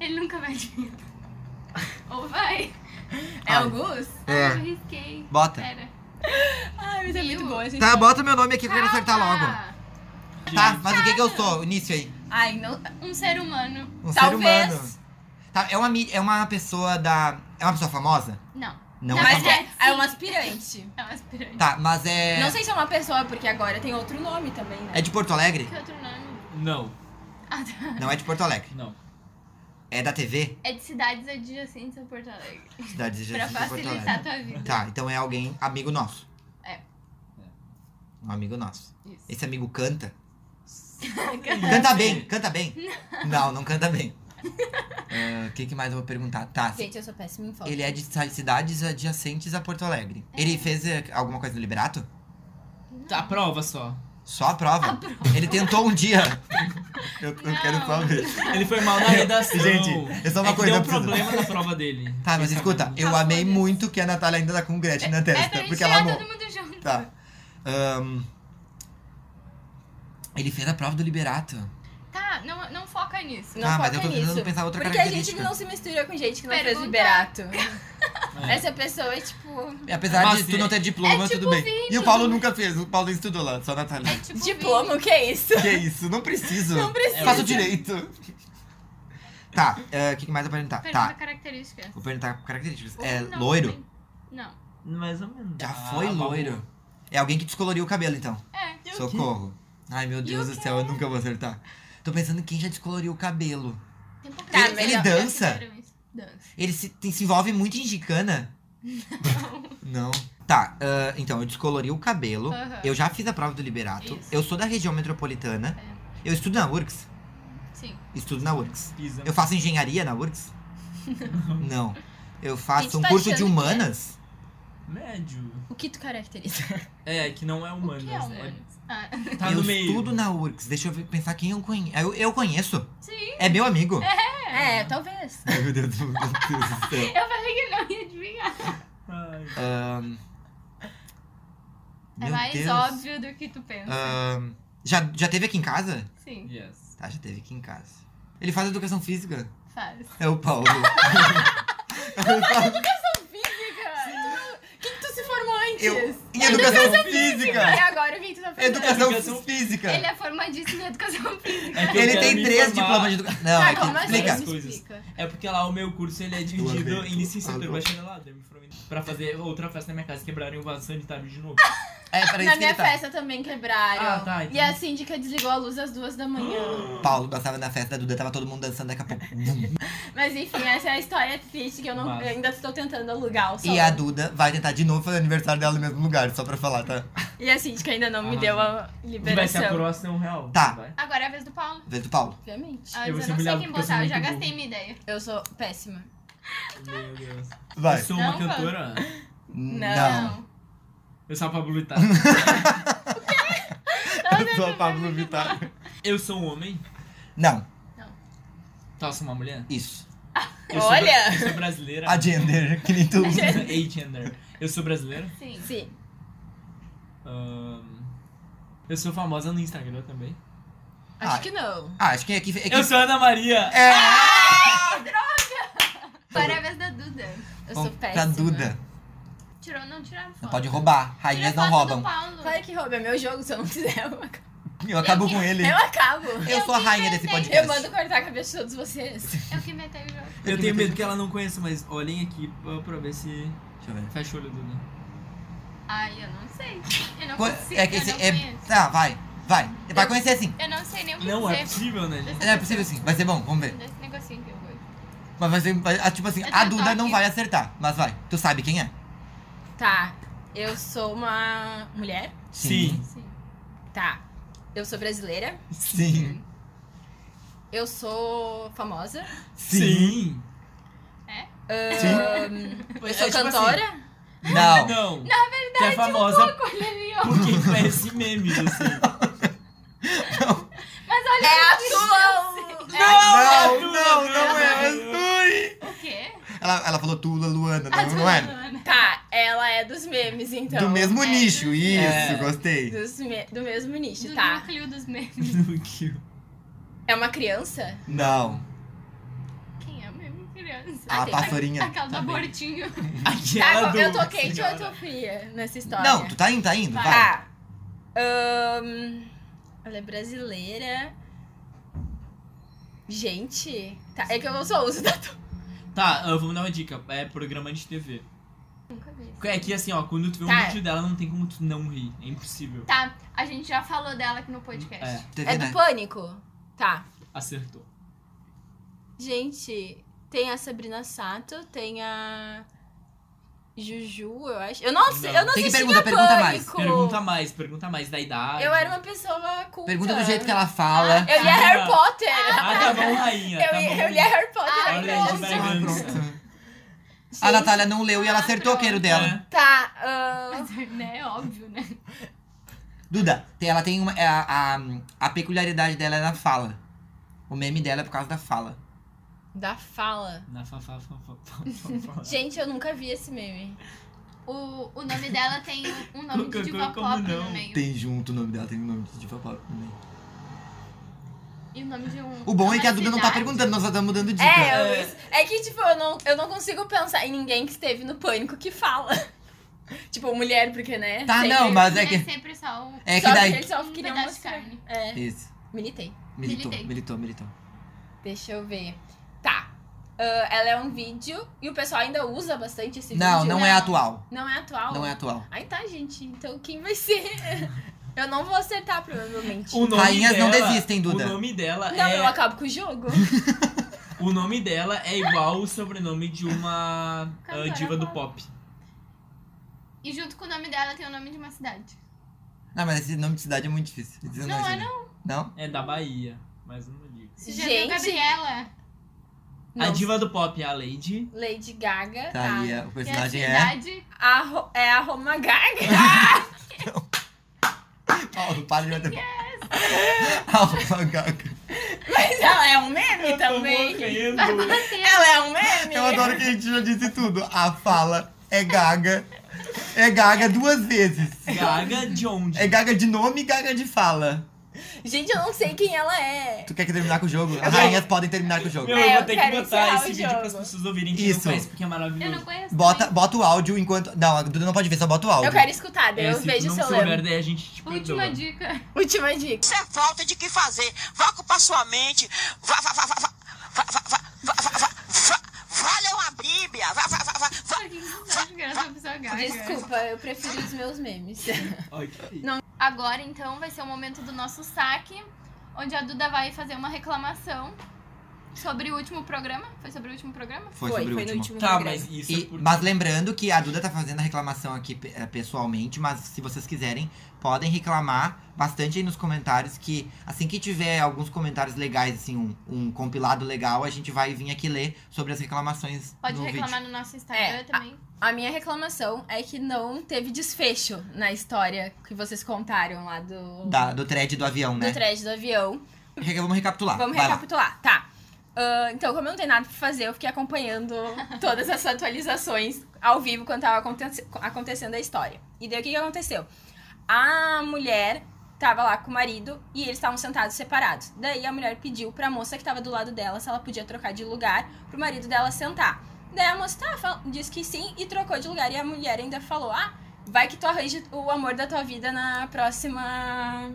[SPEAKER 3] Ele nunca vai adivinhar. Ou vai.
[SPEAKER 5] É
[SPEAKER 2] Ai.
[SPEAKER 5] Augusto?
[SPEAKER 2] É. Tá.
[SPEAKER 3] Ai, eu risquei.
[SPEAKER 2] Bota.
[SPEAKER 3] Pera.
[SPEAKER 5] Ai, mas é muito
[SPEAKER 3] Viu?
[SPEAKER 5] bom esse
[SPEAKER 2] Tá, bota meu nome aqui que eu quero acertar logo.
[SPEAKER 3] Calma.
[SPEAKER 2] Tá, mas o que que eu sou? Início aí.
[SPEAKER 5] Ai, não.
[SPEAKER 3] Um ser humano.
[SPEAKER 2] Um
[SPEAKER 5] Talvez.
[SPEAKER 2] ser humano. Tá, é uma, mi- é uma pessoa da... É uma pessoa famosa?
[SPEAKER 3] Não.
[SPEAKER 2] Não,
[SPEAKER 3] Não,
[SPEAKER 2] é
[SPEAKER 5] mas
[SPEAKER 2] famosa.
[SPEAKER 3] famosa.
[SPEAKER 5] é, é um aspirante.
[SPEAKER 3] É um aspirante.
[SPEAKER 2] Tá, mas é...
[SPEAKER 5] Não sei se é uma pessoa, porque agora tem outro nome também, né?
[SPEAKER 2] É de Porto Alegre?
[SPEAKER 3] Que outro nome?
[SPEAKER 1] Não,
[SPEAKER 3] Ah, tá.
[SPEAKER 2] Não é de Porto Alegre.
[SPEAKER 1] não.
[SPEAKER 2] É da TV?
[SPEAKER 3] É de cidades adjacentes a Porto Alegre.
[SPEAKER 2] Cidade de
[SPEAKER 3] Pra
[SPEAKER 2] Jesus de Porto
[SPEAKER 3] facilitar
[SPEAKER 2] Alegre.
[SPEAKER 3] a tua vida.
[SPEAKER 2] Tá, então é alguém amigo nosso.
[SPEAKER 3] É.
[SPEAKER 2] Um amigo nosso.
[SPEAKER 3] Isso.
[SPEAKER 2] Esse amigo canta?
[SPEAKER 1] Sim.
[SPEAKER 2] Canta bem, canta bem. Não, não canta bem. Ah, O que, que mais eu vou perguntar? Tá,
[SPEAKER 5] Gente, eu sou péssima em foto.
[SPEAKER 2] ele é de ci- cidades adjacentes a Porto Alegre.
[SPEAKER 3] É.
[SPEAKER 2] Ele fez eh, alguma coisa no Liberato?
[SPEAKER 1] Tá, prova só.
[SPEAKER 2] Só a prova. Ele tentou um dia. Eu, eu
[SPEAKER 3] Não.
[SPEAKER 2] quero só ver.
[SPEAKER 1] Ele foi mal na redação.
[SPEAKER 2] Gente, é só uma
[SPEAKER 1] que
[SPEAKER 2] coisa,
[SPEAKER 1] Deu
[SPEAKER 2] eu
[SPEAKER 1] um
[SPEAKER 2] preciso-
[SPEAKER 1] problema na prova dele.
[SPEAKER 2] Tá, mas
[SPEAKER 1] Isso
[SPEAKER 2] escuta,
[SPEAKER 1] mesmo.
[SPEAKER 2] eu amei muito que a Natália ainda tá com o Gretchen na
[SPEAKER 3] É
[SPEAKER 2] testa,
[SPEAKER 3] pra gente
[SPEAKER 2] porque ela
[SPEAKER 3] chegar
[SPEAKER 2] amou.
[SPEAKER 3] todo mundo junto.
[SPEAKER 2] Tá. Ahn, ele fez a prova do Liberato.
[SPEAKER 3] Tá, não, não foca nisso.
[SPEAKER 5] Não
[SPEAKER 2] tá, mas eu
[SPEAKER 5] foca
[SPEAKER 2] tô tentando
[SPEAKER 5] nisso.
[SPEAKER 2] pensar outra
[SPEAKER 5] Porque a gente
[SPEAKER 2] característica.
[SPEAKER 5] não se mistura com gente que não fez
[SPEAKER 3] Pergunta.
[SPEAKER 5] liberato.
[SPEAKER 1] É.
[SPEAKER 5] Essa pessoa é tipo.
[SPEAKER 2] Apesar
[SPEAKER 1] Mas
[SPEAKER 2] de tu não
[SPEAKER 1] é-
[SPEAKER 2] ter diploma,
[SPEAKER 3] é tipo
[SPEAKER 2] tudo bem. E o
[SPEAKER 3] vídeo.
[SPEAKER 2] Paulo nunca fez, o Paulo estudou lá, só a Natália.
[SPEAKER 3] É tipo
[SPEAKER 5] Diploma, o que é isso?
[SPEAKER 2] Que isso, não preciso.
[SPEAKER 5] Não precisa.
[SPEAKER 2] Faço direito. Tá, ah, o que que mais eu vou perguntar?
[SPEAKER 3] vídeo. Pergunta
[SPEAKER 2] Tá,
[SPEAKER 3] características.
[SPEAKER 2] vou perguntar características.
[SPEAKER 3] Ou
[SPEAKER 2] É
[SPEAKER 3] não
[SPEAKER 2] loiro?
[SPEAKER 3] também. Não.
[SPEAKER 1] Mais ou menos.
[SPEAKER 2] Já
[SPEAKER 1] Ah,
[SPEAKER 2] foi
[SPEAKER 1] babu.
[SPEAKER 2] loiro. É alguém que descoloriu o cabelo, então.
[SPEAKER 3] É.
[SPEAKER 2] Socorro. Ai, meu Deus do céu, eu nunca vou acertar. Tô pensando em quem já descoloriu o cabelo.
[SPEAKER 3] Tem pouca
[SPEAKER 5] Tá,
[SPEAKER 3] gente
[SPEAKER 5] ele
[SPEAKER 3] que
[SPEAKER 2] dança?
[SPEAKER 3] fizeram isso. Dança.
[SPEAKER 2] Ele se, tem- se envolve muito em gicana? Não. Tá, ah, então, eu descolori o cabelo.
[SPEAKER 3] Aham.
[SPEAKER 2] Eu já fiz a prova do Liberato.
[SPEAKER 3] Isso.
[SPEAKER 2] Eu sou da região metropolitana. Eu estudo na URGS.
[SPEAKER 3] Sim.
[SPEAKER 2] Estudo na URGS.
[SPEAKER 1] Pisa.
[SPEAKER 2] Eu faço engenharia na URGS? Não. Eu
[SPEAKER 5] A
[SPEAKER 2] faço
[SPEAKER 5] gente
[SPEAKER 2] um
[SPEAKER 5] tá
[SPEAKER 2] curso
[SPEAKER 5] achando
[SPEAKER 2] de
[SPEAKER 5] que é.
[SPEAKER 2] humanas?
[SPEAKER 1] um Médio.
[SPEAKER 5] O que tu caracteriza?
[SPEAKER 1] É, que não é
[SPEAKER 3] O
[SPEAKER 1] humanas.
[SPEAKER 3] que é
[SPEAKER 5] um
[SPEAKER 3] humanas? Ah,
[SPEAKER 1] é- tá
[SPEAKER 2] eu
[SPEAKER 1] no meio.
[SPEAKER 2] estudo na URGS. Deixa eu ver- pensar quem eu conheço. Eu, eu conheço.
[SPEAKER 3] sim.
[SPEAKER 2] É meu amigo.
[SPEAKER 5] É, talvez.
[SPEAKER 2] Ai, meu Deus do meu Deus do céu.
[SPEAKER 3] Eu falei que não ia adivinhar.
[SPEAKER 1] Ai.
[SPEAKER 2] Ah. Ahn,
[SPEAKER 3] É
[SPEAKER 2] meu
[SPEAKER 3] mais
[SPEAKER 2] Deus.
[SPEAKER 3] óbvio do que tu pensa.
[SPEAKER 2] Ahn, já, já teve aqui em casa?
[SPEAKER 3] Sim,
[SPEAKER 1] Yes.
[SPEAKER 2] Tá, já teve aqui em casa. Ele faz educação física?
[SPEAKER 3] faz.
[SPEAKER 2] É o Paulo.
[SPEAKER 5] O que, que tu se formou antes?
[SPEAKER 2] Eu, em educação
[SPEAKER 5] E
[SPEAKER 2] física!
[SPEAKER 5] agora o que tu tá fazendo?
[SPEAKER 2] Educação
[SPEAKER 1] Educação-
[SPEAKER 2] física!
[SPEAKER 3] Ele é formadíssimo em educação física.
[SPEAKER 1] É que eu
[SPEAKER 2] Ele
[SPEAKER 1] quero
[SPEAKER 2] tem
[SPEAKER 1] me
[SPEAKER 2] três
[SPEAKER 1] formar.
[SPEAKER 2] diplomas de educação. Não,
[SPEAKER 5] Tá,
[SPEAKER 2] é
[SPEAKER 5] como
[SPEAKER 2] que
[SPEAKER 5] assim?
[SPEAKER 2] explica.
[SPEAKER 1] Me coisas.
[SPEAKER 3] Explica.
[SPEAKER 1] É porque lá o meu curso ele é dividido
[SPEAKER 2] amei.
[SPEAKER 1] em licenciatura,
[SPEAKER 2] Adoro.
[SPEAKER 1] bacharelado. Eu me formei pra fazer outra festa na minha casa, quebraram o vaso sanitário de novo.
[SPEAKER 2] É, para
[SPEAKER 5] Na
[SPEAKER 2] isso que
[SPEAKER 5] minha
[SPEAKER 2] ele tá.
[SPEAKER 5] festa também quebraram.
[SPEAKER 1] Ah, tá, então.
[SPEAKER 5] E a síndica desligou a luz às duas da manhã.
[SPEAKER 2] Paulo gostava da festa da Duda, tava todo mundo dançando daqui a pouco. Vum.
[SPEAKER 5] Mas enfim, essa é a história triste que eu não
[SPEAKER 1] Mas-
[SPEAKER 5] eu ainda estou tentando alugar o salão.
[SPEAKER 2] E a Duda vai tentar de novo fazer o aniversário dela no mesmo lugar, só pra falar, tá?
[SPEAKER 5] E a síndica ainda não me
[SPEAKER 2] Ah,
[SPEAKER 1] Arrasou.
[SPEAKER 5] deu a
[SPEAKER 1] Que vai ser a
[SPEAKER 5] liberação.
[SPEAKER 1] próxima, um real.
[SPEAKER 2] Tá.
[SPEAKER 1] Vai.
[SPEAKER 3] Agora é a vez do Paulo.
[SPEAKER 2] Vez do Paulo.
[SPEAKER 5] Obviamente.
[SPEAKER 3] Ah,
[SPEAKER 1] Eu vou ser
[SPEAKER 3] mas eu não sei
[SPEAKER 1] humilhado
[SPEAKER 3] quem
[SPEAKER 1] porque eu sou
[SPEAKER 3] botar, eu já
[SPEAKER 1] muito burro.
[SPEAKER 3] gastei minha ideia.
[SPEAKER 5] Eu sou péssima.
[SPEAKER 1] Meu Deus.
[SPEAKER 2] Vai.
[SPEAKER 1] Eu sou uma
[SPEAKER 3] Não,
[SPEAKER 1] cantora.
[SPEAKER 2] Não.
[SPEAKER 1] Eu sou a Pablo Vittar.
[SPEAKER 2] Eu sou a Pablo Vittar.
[SPEAKER 1] Eu sou um homem.
[SPEAKER 2] Não,
[SPEAKER 1] Tá, eu sou uma mulher.
[SPEAKER 2] isso.
[SPEAKER 1] Eu sou
[SPEAKER 5] Olha!
[SPEAKER 1] bra- eu sou brasileira.
[SPEAKER 2] A gender, que nem tu.
[SPEAKER 1] A-gender. Eu sou brasileira.
[SPEAKER 3] Sim.
[SPEAKER 5] Sim.
[SPEAKER 1] Ahn, eu sou famosa no Instagram também.
[SPEAKER 5] Acho
[SPEAKER 2] Ah.
[SPEAKER 5] que não.
[SPEAKER 2] Ah, acho que aqui. aqui
[SPEAKER 1] Eu sou Ana Maria.
[SPEAKER 2] É!
[SPEAKER 3] Agora é a vez da Duda.
[SPEAKER 5] Eu
[SPEAKER 2] Bom,
[SPEAKER 5] sou péssima.
[SPEAKER 2] Pra Duda.
[SPEAKER 3] Tirou, não tiraram foto.
[SPEAKER 2] Não pode roubar.
[SPEAKER 3] Tira a
[SPEAKER 2] Rainhas
[SPEAKER 3] foto
[SPEAKER 2] não roubam.
[SPEAKER 3] do Paulo.
[SPEAKER 5] Claro que rouba, é meu jogo, se eu não quiser, eu acabo.
[SPEAKER 2] Eu acabo com ele.
[SPEAKER 5] Eu acabo.
[SPEAKER 2] Eu sou a rainha desse
[SPEAKER 5] Eu
[SPEAKER 2] podcast.
[SPEAKER 5] mando cortar a cabeça de todos vocês.
[SPEAKER 3] Eu que metei o jogo.
[SPEAKER 1] Eu tenho medo que ela não conheça, mas olhem aqui pra- pra ver se.
[SPEAKER 2] Deixa eu ver.
[SPEAKER 1] Fecha o olho, Duda.
[SPEAKER 3] Ai, eu não sei. Eu não
[SPEAKER 2] Co-
[SPEAKER 3] consigo,
[SPEAKER 2] É que
[SPEAKER 3] eu
[SPEAKER 2] esse
[SPEAKER 3] não
[SPEAKER 2] é.
[SPEAKER 3] conheço.
[SPEAKER 2] Tá, vai. Vai. Vai conhecer assim.
[SPEAKER 3] Eu não sei nem o que
[SPEAKER 1] Não é
[SPEAKER 3] dizer
[SPEAKER 1] possível, né, gente?
[SPEAKER 2] Não é possível assim. Vai ser bom, vamos ver.
[SPEAKER 3] desse negocinho que eu vou.
[SPEAKER 2] Mas vai ser. vai- ah, tipo assim,
[SPEAKER 3] Eu
[SPEAKER 2] a
[SPEAKER 3] tenho
[SPEAKER 2] Duda não
[SPEAKER 3] toque.
[SPEAKER 2] vai acertar. Mas vai. Tu sabe quem é?
[SPEAKER 5] Tá. Eu sou uma mulher.
[SPEAKER 1] Sim.
[SPEAKER 3] Sim.
[SPEAKER 5] Tá. Eu sou brasileira.
[SPEAKER 2] Sim.
[SPEAKER 5] Eu sou famosa.
[SPEAKER 1] Sim.
[SPEAKER 3] É?
[SPEAKER 5] Ahn, eu sou
[SPEAKER 1] É, tipo
[SPEAKER 5] cantora.
[SPEAKER 2] Não.
[SPEAKER 1] Não. Na verdade, que é
[SPEAKER 5] um
[SPEAKER 1] famosa
[SPEAKER 3] Olha tipo ali, ó.
[SPEAKER 1] porque conhece memes, assim.
[SPEAKER 3] Mas olha
[SPEAKER 5] É a
[SPEAKER 3] que
[SPEAKER 5] sua-
[SPEAKER 3] distância. É
[SPEAKER 2] Não,
[SPEAKER 1] Lula,
[SPEAKER 2] não,
[SPEAKER 1] Lula,
[SPEAKER 2] não é.
[SPEAKER 1] Lula.
[SPEAKER 2] Ui.
[SPEAKER 3] a- O quê?
[SPEAKER 2] Ela, ela falou Tula, Luana,
[SPEAKER 3] A
[SPEAKER 2] não, não é?
[SPEAKER 3] Juliana.
[SPEAKER 5] Tá, ela é dos memes, então.
[SPEAKER 2] Do mesmo
[SPEAKER 3] é.
[SPEAKER 2] nicho, isso,
[SPEAKER 1] É.
[SPEAKER 2] gostei.
[SPEAKER 5] Dos me- do mesmo nicho,
[SPEAKER 3] Do
[SPEAKER 5] tá.
[SPEAKER 3] núcleo dos memes.
[SPEAKER 1] Núcleo.
[SPEAKER 5] É uma criança?
[SPEAKER 2] Não.
[SPEAKER 3] Quem é mesmo criança?
[SPEAKER 2] A
[SPEAKER 5] tem-
[SPEAKER 2] pastorinha.
[SPEAKER 3] Aquela do
[SPEAKER 1] tá bem.
[SPEAKER 3] abortinho.
[SPEAKER 1] Aquela
[SPEAKER 5] tá,
[SPEAKER 2] é
[SPEAKER 1] do...
[SPEAKER 5] eu tô quente ou eu
[SPEAKER 1] senhora.
[SPEAKER 5] tô fria nessa história?
[SPEAKER 2] Não, tu tá indo, tá indo,
[SPEAKER 3] É
[SPEAKER 2] vai.
[SPEAKER 5] Tá. Ahn, ela é brasileira. Gente, tá, é que eu só uso da
[SPEAKER 1] Tá, eu vou dar uma dica. É programa de TV.
[SPEAKER 3] Nunca vi.
[SPEAKER 1] É que assim, ó, quando tu vê
[SPEAKER 5] Tá.
[SPEAKER 1] um vídeo dela, não tem como tu não rir. É impossível.
[SPEAKER 3] Tá, a gente já falou dela aqui no podcast.
[SPEAKER 1] É,
[SPEAKER 2] TV,
[SPEAKER 5] É do pânico? Tá.
[SPEAKER 1] acertou.
[SPEAKER 5] Gente, tem a Sabrina Sato, tem a. Juju, eu acho. Eu não sei,
[SPEAKER 1] Não.
[SPEAKER 5] eu não
[SPEAKER 2] Tem que
[SPEAKER 5] assistia
[SPEAKER 2] pergunta, pergunta mais.
[SPEAKER 5] Pânico.
[SPEAKER 1] Pergunta mais, pergunta mais da idade.
[SPEAKER 5] Eu era uma pessoa culta.
[SPEAKER 2] Pergunta do jeito que ela fala.
[SPEAKER 5] Eu lia Harry Potter.
[SPEAKER 1] Ah, tá bom, rainha.
[SPEAKER 5] eu,
[SPEAKER 1] tá
[SPEAKER 5] li-
[SPEAKER 1] bom.
[SPEAKER 5] eu lia Harry Potter.
[SPEAKER 3] Ah,
[SPEAKER 5] na
[SPEAKER 2] tá.
[SPEAKER 1] Olha,
[SPEAKER 5] infância.
[SPEAKER 1] de Bragança.
[SPEAKER 2] A Natália não leu e ela acertou o queiro dela.
[SPEAKER 1] É.
[SPEAKER 5] Tá. ahn,
[SPEAKER 3] Mas, né, é óbvio, né?
[SPEAKER 2] Duda, tem- ela tem uma. é A, a, a peculiaridade dela é na fala. O meme dela é por causa da fala.
[SPEAKER 5] da fala.
[SPEAKER 1] Na fa, fa, fa, fa, fa, fa, fa.
[SPEAKER 5] Gente, eu nunca vi esse meme.
[SPEAKER 3] O, o nome dela tem um nome de
[SPEAKER 1] Como-
[SPEAKER 3] diva
[SPEAKER 1] como
[SPEAKER 3] pop no
[SPEAKER 1] não?
[SPEAKER 3] meio.
[SPEAKER 2] Tem junto o nome dela, tem o nome de diva pop também.
[SPEAKER 3] E o nome de um.
[SPEAKER 2] O bom é que a Duda não tá
[SPEAKER 3] cidade.
[SPEAKER 2] perguntando, nós só estamos dando dica.
[SPEAKER 5] É, eu, isso- é que, tipo, eu não, eu não consigo pensar em ninguém que esteve no pânico que fala. tipo, mulher, porque, né?
[SPEAKER 2] Tá,
[SPEAKER 5] sempre-
[SPEAKER 2] não, mas é
[SPEAKER 3] É
[SPEAKER 2] que.
[SPEAKER 3] sempre só um.
[SPEAKER 2] É que
[SPEAKER 5] Só que
[SPEAKER 2] daí.
[SPEAKER 5] eles só
[SPEAKER 3] Um
[SPEAKER 5] queriam
[SPEAKER 3] pedaço de
[SPEAKER 5] mostrar.
[SPEAKER 3] carne.
[SPEAKER 5] É,
[SPEAKER 2] Isso.
[SPEAKER 5] militei.
[SPEAKER 2] Militou,
[SPEAKER 3] Militei.
[SPEAKER 2] militou, militou.
[SPEAKER 5] Deixa eu ver. Tá. Ah, ela é um vídeo e o pessoal ainda usa bastante esse
[SPEAKER 2] Não,
[SPEAKER 5] vídeo. né?
[SPEAKER 2] não é atual.
[SPEAKER 5] Não é atual?
[SPEAKER 2] Não é atual.
[SPEAKER 5] Ai, tá, gente. Então quem vai ser? eu não vou acertar, provavelmente.
[SPEAKER 1] O nome
[SPEAKER 2] Rainhas não
[SPEAKER 1] dela-
[SPEAKER 2] desistem, Duda.
[SPEAKER 1] O nome dela
[SPEAKER 5] Não, eu
[SPEAKER 1] é.
[SPEAKER 5] acabo com o jogo.
[SPEAKER 1] O nome dela é igual o sobrenome de uma ah,
[SPEAKER 3] Cantora
[SPEAKER 1] diva do
[SPEAKER 3] pop.
[SPEAKER 1] pop.
[SPEAKER 3] E junto com o nome dela tem o nome de uma cidade.
[SPEAKER 2] Não, mas esse nome de cidade é muito difícil. Esse eu
[SPEAKER 3] Não é,
[SPEAKER 2] ajudo. Não?
[SPEAKER 1] É da Bahia, mas não ligo.
[SPEAKER 3] Você já viu
[SPEAKER 5] Gente.
[SPEAKER 3] Gabriela?
[SPEAKER 1] A
[SPEAKER 5] Não.
[SPEAKER 1] diva do pop é a Lady.
[SPEAKER 5] Lady Gaga,
[SPEAKER 2] Tá,
[SPEAKER 5] tá?
[SPEAKER 2] e é- o
[SPEAKER 3] E a
[SPEAKER 2] personagem é.
[SPEAKER 3] cidade.
[SPEAKER 5] A Ro- É a Roma Gaga.
[SPEAKER 2] Paulo, para de bater. Alfa Gaga.
[SPEAKER 5] Mas ela é um meme também. Ela é um meme.
[SPEAKER 2] Eu adoro que a gente já disse tudo. A fala é gaga. É gaga duas vezes.
[SPEAKER 1] Gaga de onde?
[SPEAKER 2] É gaga de nome e gaga de fala.
[SPEAKER 5] Gente, eu não sei quem ela é.
[SPEAKER 2] Tu quer que terminar com o jogo? As rainhas podem terminar com o jogo.
[SPEAKER 1] Meu,
[SPEAKER 5] É,
[SPEAKER 1] eu
[SPEAKER 5] eu
[SPEAKER 1] vou ter que
[SPEAKER 5] quero encerrar
[SPEAKER 1] botar
[SPEAKER 5] o
[SPEAKER 1] esse vídeo
[SPEAKER 5] jogo.
[SPEAKER 1] para as pessoas ouvirem que não
[SPEAKER 2] Isso.
[SPEAKER 1] conhece, porque é maravilhoso.
[SPEAKER 3] Eu não conheço.
[SPEAKER 2] Bota,
[SPEAKER 3] também.
[SPEAKER 2] bota o áudio enquanto. Não, a Duda não pode ver, só bota o áudio.
[SPEAKER 5] Eu quero escutar, daí
[SPEAKER 1] É,
[SPEAKER 5] eu
[SPEAKER 1] se tu
[SPEAKER 5] vejo
[SPEAKER 1] não
[SPEAKER 5] se eu
[SPEAKER 1] souber,
[SPEAKER 5] lembro.
[SPEAKER 1] daí a gente te perdoa.
[SPEAKER 3] Última dica.
[SPEAKER 5] Última dica.
[SPEAKER 6] Isso é falta de que fazer. Vá ocupar sua mente. Vá, vá, vá, vá, vá, vá, vá, vá, vá, vá, vá, vá, vá ler uma Bíblia. Vá, vá, vá, vá, vá.
[SPEAKER 3] Por que você acha que era só é pessoa gaga?
[SPEAKER 5] Desculpa, eu prefiro os meus memes.
[SPEAKER 1] Ai, que feio.
[SPEAKER 3] Agora, então, vai ser o momento do nosso saque, onde a Duda vai fazer uma reclamação sobre o último programa. Foi sobre o último programa?
[SPEAKER 2] Foi, sobre o
[SPEAKER 5] foi no
[SPEAKER 2] último.
[SPEAKER 5] último
[SPEAKER 1] Tá,
[SPEAKER 5] programa.
[SPEAKER 1] mas isso é
[SPEAKER 2] E-
[SPEAKER 1] porque...
[SPEAKER 2] mas lembrando que a Duda tá fazendo a reclamação aqui pe- eh, pessoalmente, mas se vocês quiserem, podem reclamar bastante aí nos comentários que assim que tiver alguns comentários legais, assim, um, um compilado legal, a gente vai vir aqui ler sobre as reclamações
[SPEAKER 3] Pode
[SPEAKER 2] no
[SPEAKER 3] reclamar
[SPEAKER 2] vídeo.
[SPEAKER 3] no nosso Instagram
[SPEAKER 5] É,
[SPEAKER 3] também.
[SPEAKER 5] A minha reclamação é que não teve desfecho na história que vocês contaram lá do,
[SPEAKER 2] Da- do thread do avião,
[SPEAKER 5] do
[SPEAKER 2] né?
[SPEAKER 5] thread do avião.
[SPEAKER 2] Re- Vamos recapitular.
[SPEAKER 5] Vamos
[SPEAKER 2] vai lá.
[SPEAKER 5] recapitular, tá. Ah, então, como eu não tenho nada pra fazer, eu fiquei acompanhando todas as atualizações ao vivo quando tava aconte- acontecendo a história. E daí o que, que aconteceu? A mulher tava lá com o marido e eles estavam sentados separados. Daí a mulher pediu pra moça que tava do lado dela se ela podia trocar de lugar pro marido dela sentar. Daí a moça tá, fal- disse que sim e trocou de lugar. E a mulher ainda falou: Ah, vai que tu arranja o amor da tua vida na próxima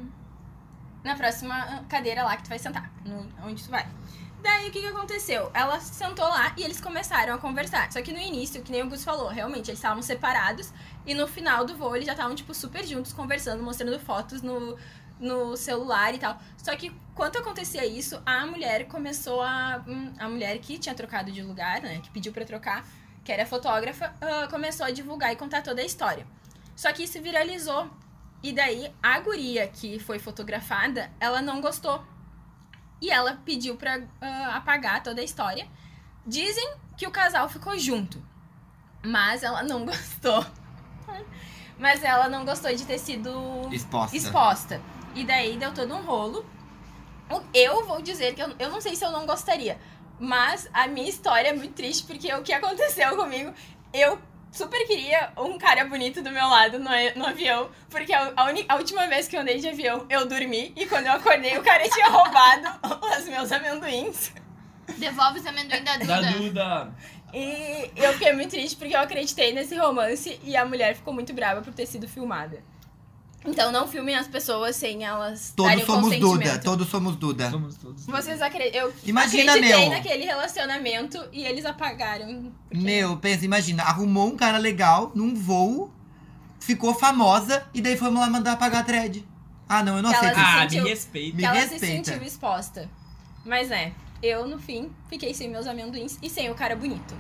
[SPEAKER 5] na próxima cadeira lá que tu vai sentar, no- onde tu vai. Daí o que, que aconteceu? Ela sentou lá e eles começaram a conversar. Só que no início, que nem o Gus falou, realmente eles estavam separados e no final do voo eles já estavam, tipo, super juntos, conversando, mostrando fotos no, no celular e tal. Só que quando acontecia isso, a mulher começou a. hum, A mulher que tinha trocado de lugar, né? Que pediu pra trocar, que era fotógrafa, ah, começou a divulgar e contar toda a história. Só que isso viralizou. E daí, a guria que foi fotografada, ela não gostou. E ela pediu pra ah, apagar toda a história. Dizem que o casal ficou junto. Mas ela não gostou. Mas ela não gostou de ter sido
[SPEAKER 2] Exposta.
[SPEAKER 5] exposta. E daí deu todo um rolo. O- Eu vou dizer que eu, eu não sei se eu não gostaria, mas a minha história é muito triste porque o que aconteceu comigo, eu super queria um cara bonito do meu lado no, a- no avião, porque a, a uni- a última vez que eu andei de avião, eu dormi e quando eu acordei, o cara tinha roubado os meus amendoins.
[SPEAKER 3] Devolve os amendoim da Duda.
[SPEAKER 1] Da Duda.
[SPEAKER 5] E eu fiquei muito triste porque eu acreditei nesse romance e a mulher ficou muito brava por ter sido filmada. Então não filmem as pessoas sem elas
[SPEAKER 2] Todos
[SPEAKER 5] darem o
[SPEAKER 2] somos Duda,
[SPEAKER 5] um consentimento.
[SPEAKER 2] todos somos Duda.
[SPEAKER 1] Somos todos.
[SPEAKER 5] Vocês acreditam? Eu
[SPEAKER 2] Imagina,
[SPEAKER 5] acreditei
[SPEAKER 2] meu.
[SPEAKER 5] naquele relacionamento e eles apagaram. porque-
[SPEAKER 2] Meu, pensa, imagina, arrumou um cara legal num voo, ficou famosa e daí fomos lá mandar apagar a thread. Ah, não, eu não
[SPEAKER 5] Ela
[SPEAKER 2] aceito.
[SPEAKER 5] disse-
[SPEAKER 1] Ah, me
[SPEAKER 5] sentiu-
[SPEAKER 1] respeita.
[SPEAKER 2] Me
[SPEAKER 5] que ela
[SPEAKER 2] respeita.
[SPEAKER 5] se sentiu exposta. Mas é, eu no fim fiquei sem meus amendoins e sem o cara bonito.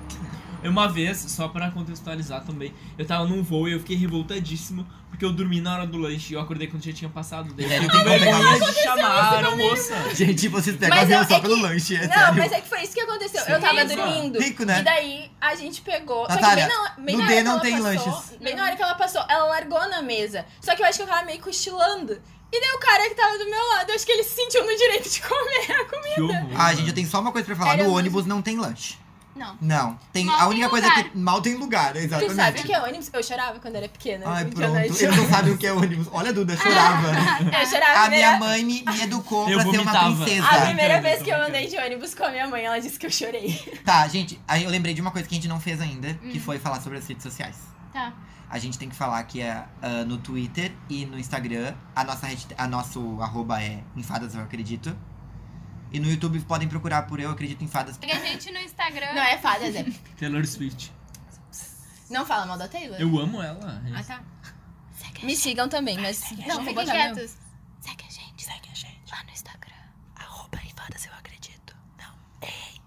[SPEAKER 1] Uma vez, só pra contextualizar também, eu tava num voo e eu fiquei revoltadíssimo porque eu dormi na hora do lanche e eu acordei quando já tinha passado. Daí
[SPEAKER 2] É,
[SPEAKER 1] eu
[SPEAKER 2] não
[SPEAKER 1] fiquei
[SPEAKER 2] tem
[SPEAKER 1] com
[SPEAKER 2] como pegar
[SPEAKER 1] vergonha de chamar a moça.
[SPEAKER 2] Gente, vocês pegam
[SPEAKER 5] Mas
[SPEAKER 2] avião
[SPEAKER 5] eu-
[SPEAKER 2] só
[SPEAKER 5] é
[SPEAKER 2] pelo
[SPEAKER 5] que-
[SPEAKER 2] lanche, é
[SPEAKER 5] não,
[SPEAKER 2] sério.
[SPEAKER 5] mas é que foi isso que aconteceu. eu tava
[SPEAKER 1] Sim.
[SPEAKER 5] dormindo.
[SPEAKER 2] Rico, né?
[SPEAKER 5] E daí a gente pegou.
[SPEAKER 2] Natália,
[SPEAKER 5] só que bem
[SPEAKER 2] no
[SPEAKER 5] na, bem na
[SPEAKER 2] D
[SPEAKER 5] hora
[SPEAKER 2] não
[SPEAKER 5] que
[SPEAKER 2] tem
[SPEAKER 5] ela passou,
[SPEAKER 2] lanches.
[SPEAKER 5] Bem na hora que ela passou, ela largou na mesa. Só que eu acho que eu tava meio cochilando. E daí o cara que tava do meu lado, eu acho que ele se sentiu no direito de comer a comida.
[SPEAKER 1] Que horror.
[SPEAKER 2] Ah, gente, eu tenho só uma coisa pra falar.
[SPEAKER 5] Era
[SPEAKER 2] no
[SPEAKER 5] muito-
[SPEAKER 2] ônibus não tem lanche.
[SPEAKER 3] Não.
[SPEAKER 2] Não. Tem,
[SPEAKER 3] Mal
[SPEAKER 2] a
[SPEAKER 3] tem
[SPEAKER 2] única coisa é
[SPEAKER 3] lugar.
[SPEAKER 2] que. Mal tem lugar, exatamente.
[SPEAKER 5] Tu sabe o que é ônibus? Eu chorava quando era pequena. um
[SPEAKER 2] Ai,
[SPEAKER 5] porque
[SPEAKER 2] pronto.
[SPEAKER 5] eu não
[SPEAKER 2] Eles não sabem o que é ônibus. Olha, Duda, chorava.
[SPEAKER 5] Eu chorava.
[SPEAKER 2] A
[SPEAKER 5] né?
[SPEAKER 2] minha mãe me, me educou
[SPEAKER 1] Eu
[SPEAKER 2] pra ser uma
[SPEAKER 1] vomitava.
[SPEAKER 5] A
[SPEAKER 2] princesa.
[SPEAKER 4] Então,
[SPEAKER 5] primeira
[SPEAKER 1] Eu
[SPEAKER 5] vez que eu
[SPEAKER 1] também
[SPEAKER 5] andei de ônibus com a minha mãe, ela disse que eu chorei.
[SPEAKER 2] Tá, gente, aí eu lembrei de uma coisa que a gente não fez ainda, que foi falar sobre as redes sociais.
[SPEAKER 3] Tá.
[SPEAKER 2] A gente tem que falar que é ah, no Twitter e no Instagram. A nossa hashtag- a nosso arroba é Enfadas Eu Acredito. E no YouTube podem procurar por Eu Acredito em Fadas.
[SPEAKER 3] Segue É a gente no Instagram.
[SPEAKER 5] Não é fada, Zé.
[SPEAKER 1] Taylor Swift.
[SPEAKER 5] Não fala mal da Taylor.
[SPEAKER 1] Eu amo ela.
[SPEAKER 5] Ah, tá. Me sigam também, mas
[SPEAKER 3] Não,
[SPEAKER 5] vou
[SPEAKER 3] fiquem
[SPEAKER 5] botar meu-
[SPEAKER 3] quietos.
[SPEAKER 4] Segue a gente, segue a gente.
[SPEAKER 3] Lá no Instagram.
[SPEAKER 4] Arroba em fadas eu acredito. Não, ei,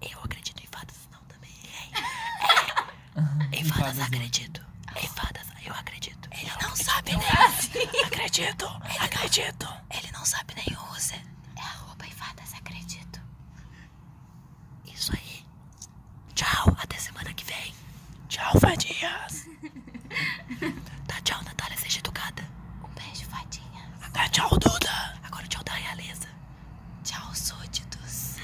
[SPEAKER 4] é, eu acredito em fadas, não também. Ei, é, em fadas acredito. Em fadas eu acredito. Ele não sabe nem. Acredito, acredito. Ele não sabe nem o user. É arroba em fadas acredito. Isso aí. Tchau, até semana que vem. Tchau, fadinhas. tá, tchau, Natália, seja educada. Um beijo, fadinha. Agora tchau, Duda. Agora tchau da realeza. Tchau, súditos.